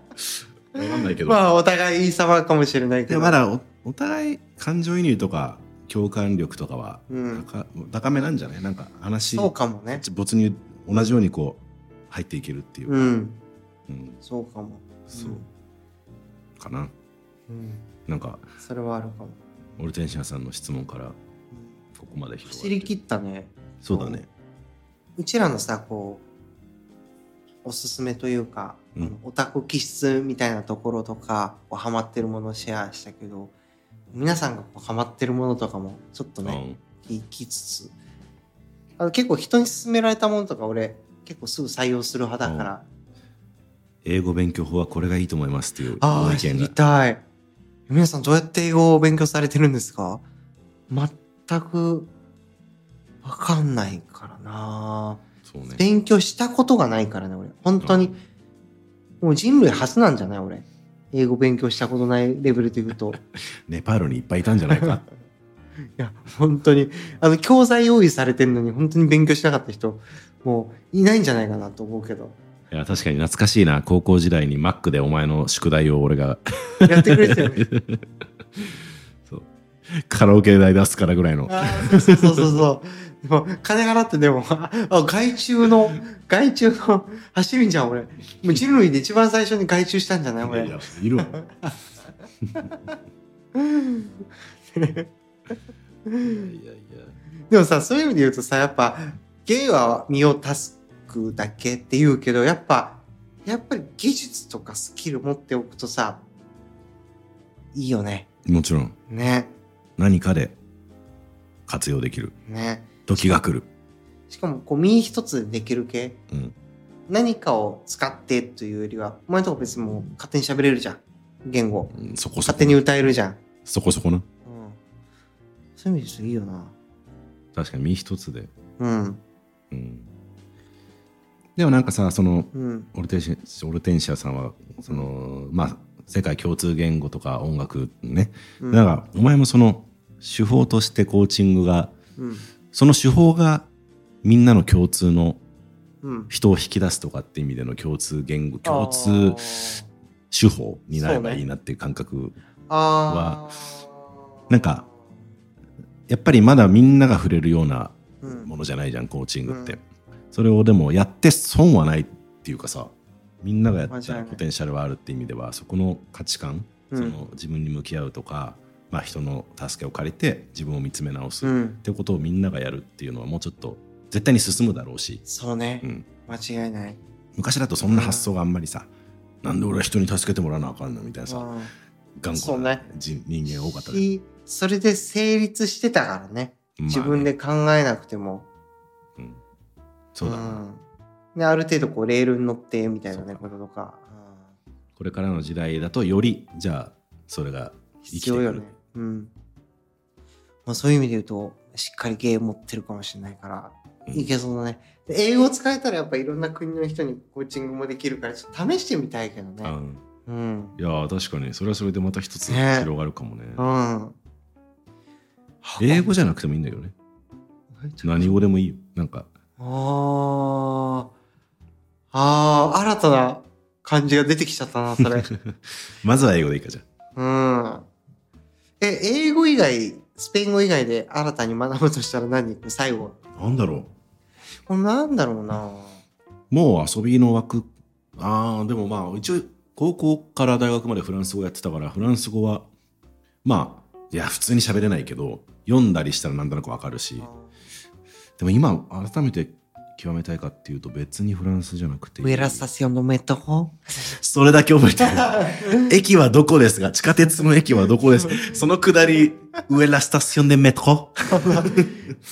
[SPEAKER 3] んないけど。
[SPEAKER 2] まあ、お互いいい様かもしれないけ
[SPEAKER 3] で
[SPEAKER 2] ど。
[SPEAKER 3] もまだお、お互い感情移入とか、共感力とかは、
[SPEAKER 2] うん
[SPEAKER 3] 高高めなんじゃないなんか話、
[SPEAKER 2] そうかもね。
[SPEAKER 3] 没入、同じようにこう、入っていけるっていう。
[SPEAKER 2] うん、
[SPEAKER 3] うん、
[SPEAKER 2] そうかも。
[SPEAKER 3] そうかな。
[SPEAKER 2] うん、
[SPEAKER 3] なんか、
[SPEAKER 2] それはあるかも。
[SPEAKER 3] オルテンシアさんの質問から、ここまで広
[SPEAKER 2] 走り切
[SPEAKER 3] っ
[SPEAKER 2] ったね。
[SPEAKER 3] そうだね。
[SPEAKER 2] うちらのさ、こう、おすすめというか、
[SPEAKER 3] うん
[SPEAKER 2] あのオタク気質みたいなところとか、こうハマってるものをシェアしたけど、皆さんがこうハマってるものとかも、ちょっとね、聞きつつ、あの結構人に勧められたものとか俺、結構すぐ採用する派だから。
[SPEAKER 3] 英語勉強法はこれがいいと思いますっていう
[SPEAKER 2] あ
[SPEAKER 3] ご
[SPEAKER 2] あ、
[SPEAKER 3] 意
[SPEAKER 2] 知
[SPEAKER 3] 見
[SPEAKER 2] り
[SPEAKER 3] が。
[SPEAKER 2] たい。皆さんどうやって英語を勉強されてるんですか全くわかんないからな。
[SPEAKER 3] そうね。
[SPEAKER 2] 勉強したことがないからね、俺。本当に。もう人類初なんじゃない俺。英語勉強したことないレベルで言うと。
[SPEAKER 3] ネパールにいっぱいいたんじゃない か。
[SPEAKER 2] いや、本当に、あの、教材用意されてるのに、本当に勉強しなかった人、もういないんじゃないかなと思うけど。
[SPEAKER 3] いや、確かに懐かしいな。高校時代に Mac でお前の宿題を俺が
[SPEAKER 2] やってくれてたよね。
[SPEAKER 3] カラオケ代出すからぐらいの。
[SPEAKER 2] あーそうそうそうそう。でも、金払ってでも、あ、あ外注の、外注の、走るんじゃん、俺。もう人類で一番最初に外注したんじゃない
[SPEAKER 3] いやい
[SPEAKER 2] 俺
[SPEAKER 3] や。い るわ。いやいや。
[SPEAKER 2] でもさ、そういう意味で言うとさ、やっぱ、ゲイは身を助くだけって言うけど、やっぱ、やっぱり技術とかスキル持っておくとさ、いいよね。
[SPEAKER 3] もちろん、
[SPEAKER 2] ね。
[SPEAKER 3] 何かで活用できる。
[SPEAKER 2] ね。
[SPEAKER 3] 時が来る。
[SPEAKER 2] しかも、こう、身一つでできる系。
[SPEAKER 3] うん。
[SPEAKER 2] 何かを使ってというよりは、お前のとこ別にもう勝手に喋れるじゃん。言語。
[SPEAKER 3] うんそこそこ。
[SPEAKER 2] 勝手に歌えるじゃん。うん。
[SPEAKER 3] そこそこな。
[SPEAKER 2] そういう意味ですいいよな。
[SPEAKER 3] 確かに身一つで。
[SPEAKER 2] うん。
[SPEAKER 3] うん。でもなんかさ、その、
[SPEAKER 2] うん。
[SPEAKER 3] オルテンシオルテンシアさんはそのまあ世界共通言語とか音楽ね、
[SPEAKER 2] うん
[SPEAKER 3] だからお前もその手法としてコーチングが
[SPEAKER 2] うん。
[SPEAKER 3] その手法がみんなの共通の
[SPEAKER 2] うん。
[SPEAKER 3] 人を引き出すとかって意味での共通言語共
[SPEAKER 2] あ
[SPEAKER 3] 通
[SPEAKER 2] ー
[SPEAKER 3] 手法になれ
[SPEAKER 2] そう
[SPEAKER 3] ば
[SPEAKER 2] ね
[SPEAKER 3] いいなっていう感覚、
[SPEAKER 2] あー
[SPEAKER 3] なんか、やっぱりまだみんなが触れるような
[SPEAKER 2] うん
[SPEAKER 3] ものじゃないじゃんコーチングって、
[SPEAKER 2] うん
[SPEAKER 3] それをでもやって損はないっていうかさみんながやった
[SPEAKER 2] 間違い
[SPEAKER 3] ら
[SPEAKER 2] ない
[SPEAKER 3] ポテンシャルはあるって意味ではそこの価値観、
[SPEAKER 2] うん
[SPEAKER 3] その自分に向き合うとか、まあ、人の助けを借りて自分を見つめ直す
[SPEAKER 2] う
[SPEAKER 3] っ
[SPEAKER 2] ん。
[SPEAKER 3] てことをみんながやるっていうのはもうちょっと絶対に進むだろうし、
[SPEAKER 2] そうね
[SPEAKER 3] う。ん、
[SPEAKER 2] 間違いない。
[SPEAKER 3] 昔だとそんな発想があんまりさ、なんで俺は人に助けてもらわなあかんのみたいなさ
[SPEAKER 2] うん
[SPEAKER 3] 頑
[SPEAKER 2] そう
[SPEAKER 3] 固
[SPEAKER 2] ね
[SPEAKER 3] な人人間多かったね
[SPEAKER 2] しそれで成立してたからね。自分、で
[SPEAKER 3] ま
[SPEAKER 2] 考えなくても。
[SPEAKER 3] あねうんそうだな、
[SPEAKER 2] うん、である程度こうレールに乗ってみたいなねこととか、うん
[SPEAKER 3] これからの時代だとよりじゃあそれが生き
[SPEAKER 2] 必
[SPEAKER 3] てく
[SPEAKER 2] 要
[SPEAKER 3] る
[SPEAKER 2] よね、うんまあ、そういう意味で言うとしっかり芸持ってるかもしれないから、
[SPEAKER 3] うん
[SPEAKER 2] いけそうだねで英語使えたらやっぱいろんな国の人にコーチングもできるからちょっと試してみたいけど
[SPEAKER 3] う
[SPEAKER 2] ね
[SPEAKER 3] ん
[SPEAKER 2] うん、
[SPEAKER 3] いやー確かにそれはそれでまた一つ
[SPEAKER 2] ね
[SPEAKER 3] 広がるかもね
[SPEAKER 2] うん、
[SPEAKER 3] 英語じゃなくてもいいんだけどね何語でもいいよなんか
[SPEAKER 2] あーあー新たな感じが出てきちゃったなそ れ
[SPEAKER 3] まずは英語でいいかじゃ
[SPEAKER 2] うん。え、英語以外、スペイン語以外で新たに学ぶとしたら何最後。
[SPEAKER 3] あなんだろ
[SPEAKER 2] これなんだろうな
[SPEAKER 3] うもう遊びの枠あーでもまあ一応高校から大学までフランス語やってたからフランス語はまあいや普通に喋れないけど読んだりしたらなんとなくわかるしでも今改めて極めたいかっていうと別にフランスじゃなくていい
[SPEAKER 2] ウエラスタシオンのメト ロ
[SPEAKER 3] それだけ覚えてる駅はどこですが地下鉄の駅はどこですそのくだり上ラスタシオンでメトロ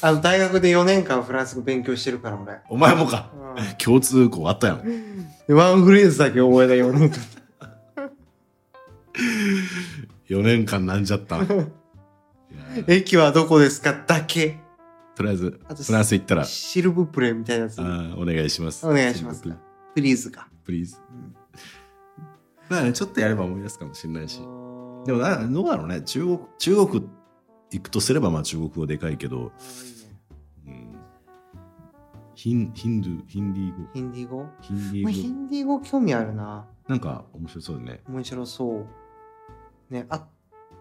[SPEAKER 2] あの、大学で4年間フランス語勉強してるから、俺。
[SPEAKER 3] お前もか共通項あったやん
[SPEAKER 2] でワンフレーズだけ覚えた4年間。
[SPEAKER 3] 4年間なんじゃったいやー
[SPEAKER 2] 駅はどこですかだけ。
[SPEAKER 3] とりあえず
[SPEAKER 2] あと
[SPEAKER 3] フランス行ったらあ
[SPEAKER 2] シルブプレイみたいなやつ。
[SPEAKER 3] ーお願いします
[SPEAKER 2] お願いします
[SPEAKER 3] プ
[SPEAKER 2] フリーズか。
[SPEAKER 3] リーズ
[SPEAKER 2] ん
[SPEAKER 3] まあねちょっとやれば思い出すかもしれないしでも
[SPEAKER 2] あ
[SPEAKER 3] などうだろうね中国中国行くとすればまあ中国語でかいけど、
[SPEAKER 2] ーいいね
[SPEAKER 3] うんヒンヒンドゥヒンディー語
[SPEAKER 2] ヒンディー語
[SPEAKER 3] ヒンディ
[SPEAKER 2] まあ
[SPEAKER 3] ー
[SPEAKER 2] ヒ
[SPEAKER 3] 語
[SPEAKER 2] ンディー語興味あるな。
[SPEAKER 3] なんか面白そうだね
[SPEAKER 2] 面白そう。ね、あ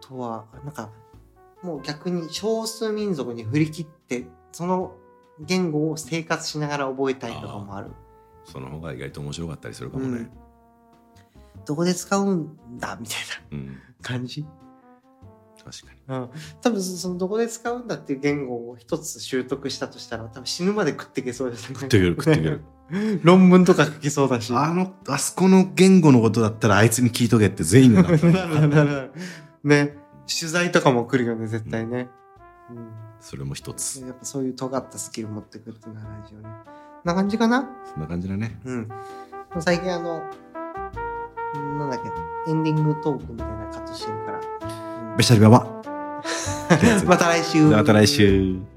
[SPEAKER 2] とは、なんか、もう逆に少数民族に振り切って、その言語を生活しながら覚えたいとかもある。
[SPEAKER 3] その方が意外と面白かったりするかもね、
[SPEAKER 2] どこで使うんだみたいな
[SPEAKER 3] うん
[SPEAKER 2] 感じ。
[SPEAKER 3] 確かに
[SPEAKER 2] うん。多分、そのどこで使うんだっていう言語を一つ習得したとしたら、多分死ぬまで食っていけそうですね。食
[SPEAKER 3] 食っていける食っていける。
[SPEAKER 2] 論文とか書けそうだし。
[SPEAKER 3] あのあそこの言語のことだったらあいつに聞いとけって全員がなった
[SPEAKER 2] なるなるなる。 ね、取材とかも来るよね、絶対ね。うん
[SPEAKER 3] それも一つ
[SPEAKER 2] やっぱそういう尖ったスキル持ってくるっていうのは大事よね。な感じかな
[SPEAKER 3] そんな感じだね。
[SPEAKER 2] うん。最近あの、なんだっけ、エンディングトークみたいなカットしてるから。うん
[SPEAKER 3] ベシャリバは。
[SPEAKER 2] また来週。
[SPEAKER 3] また来週。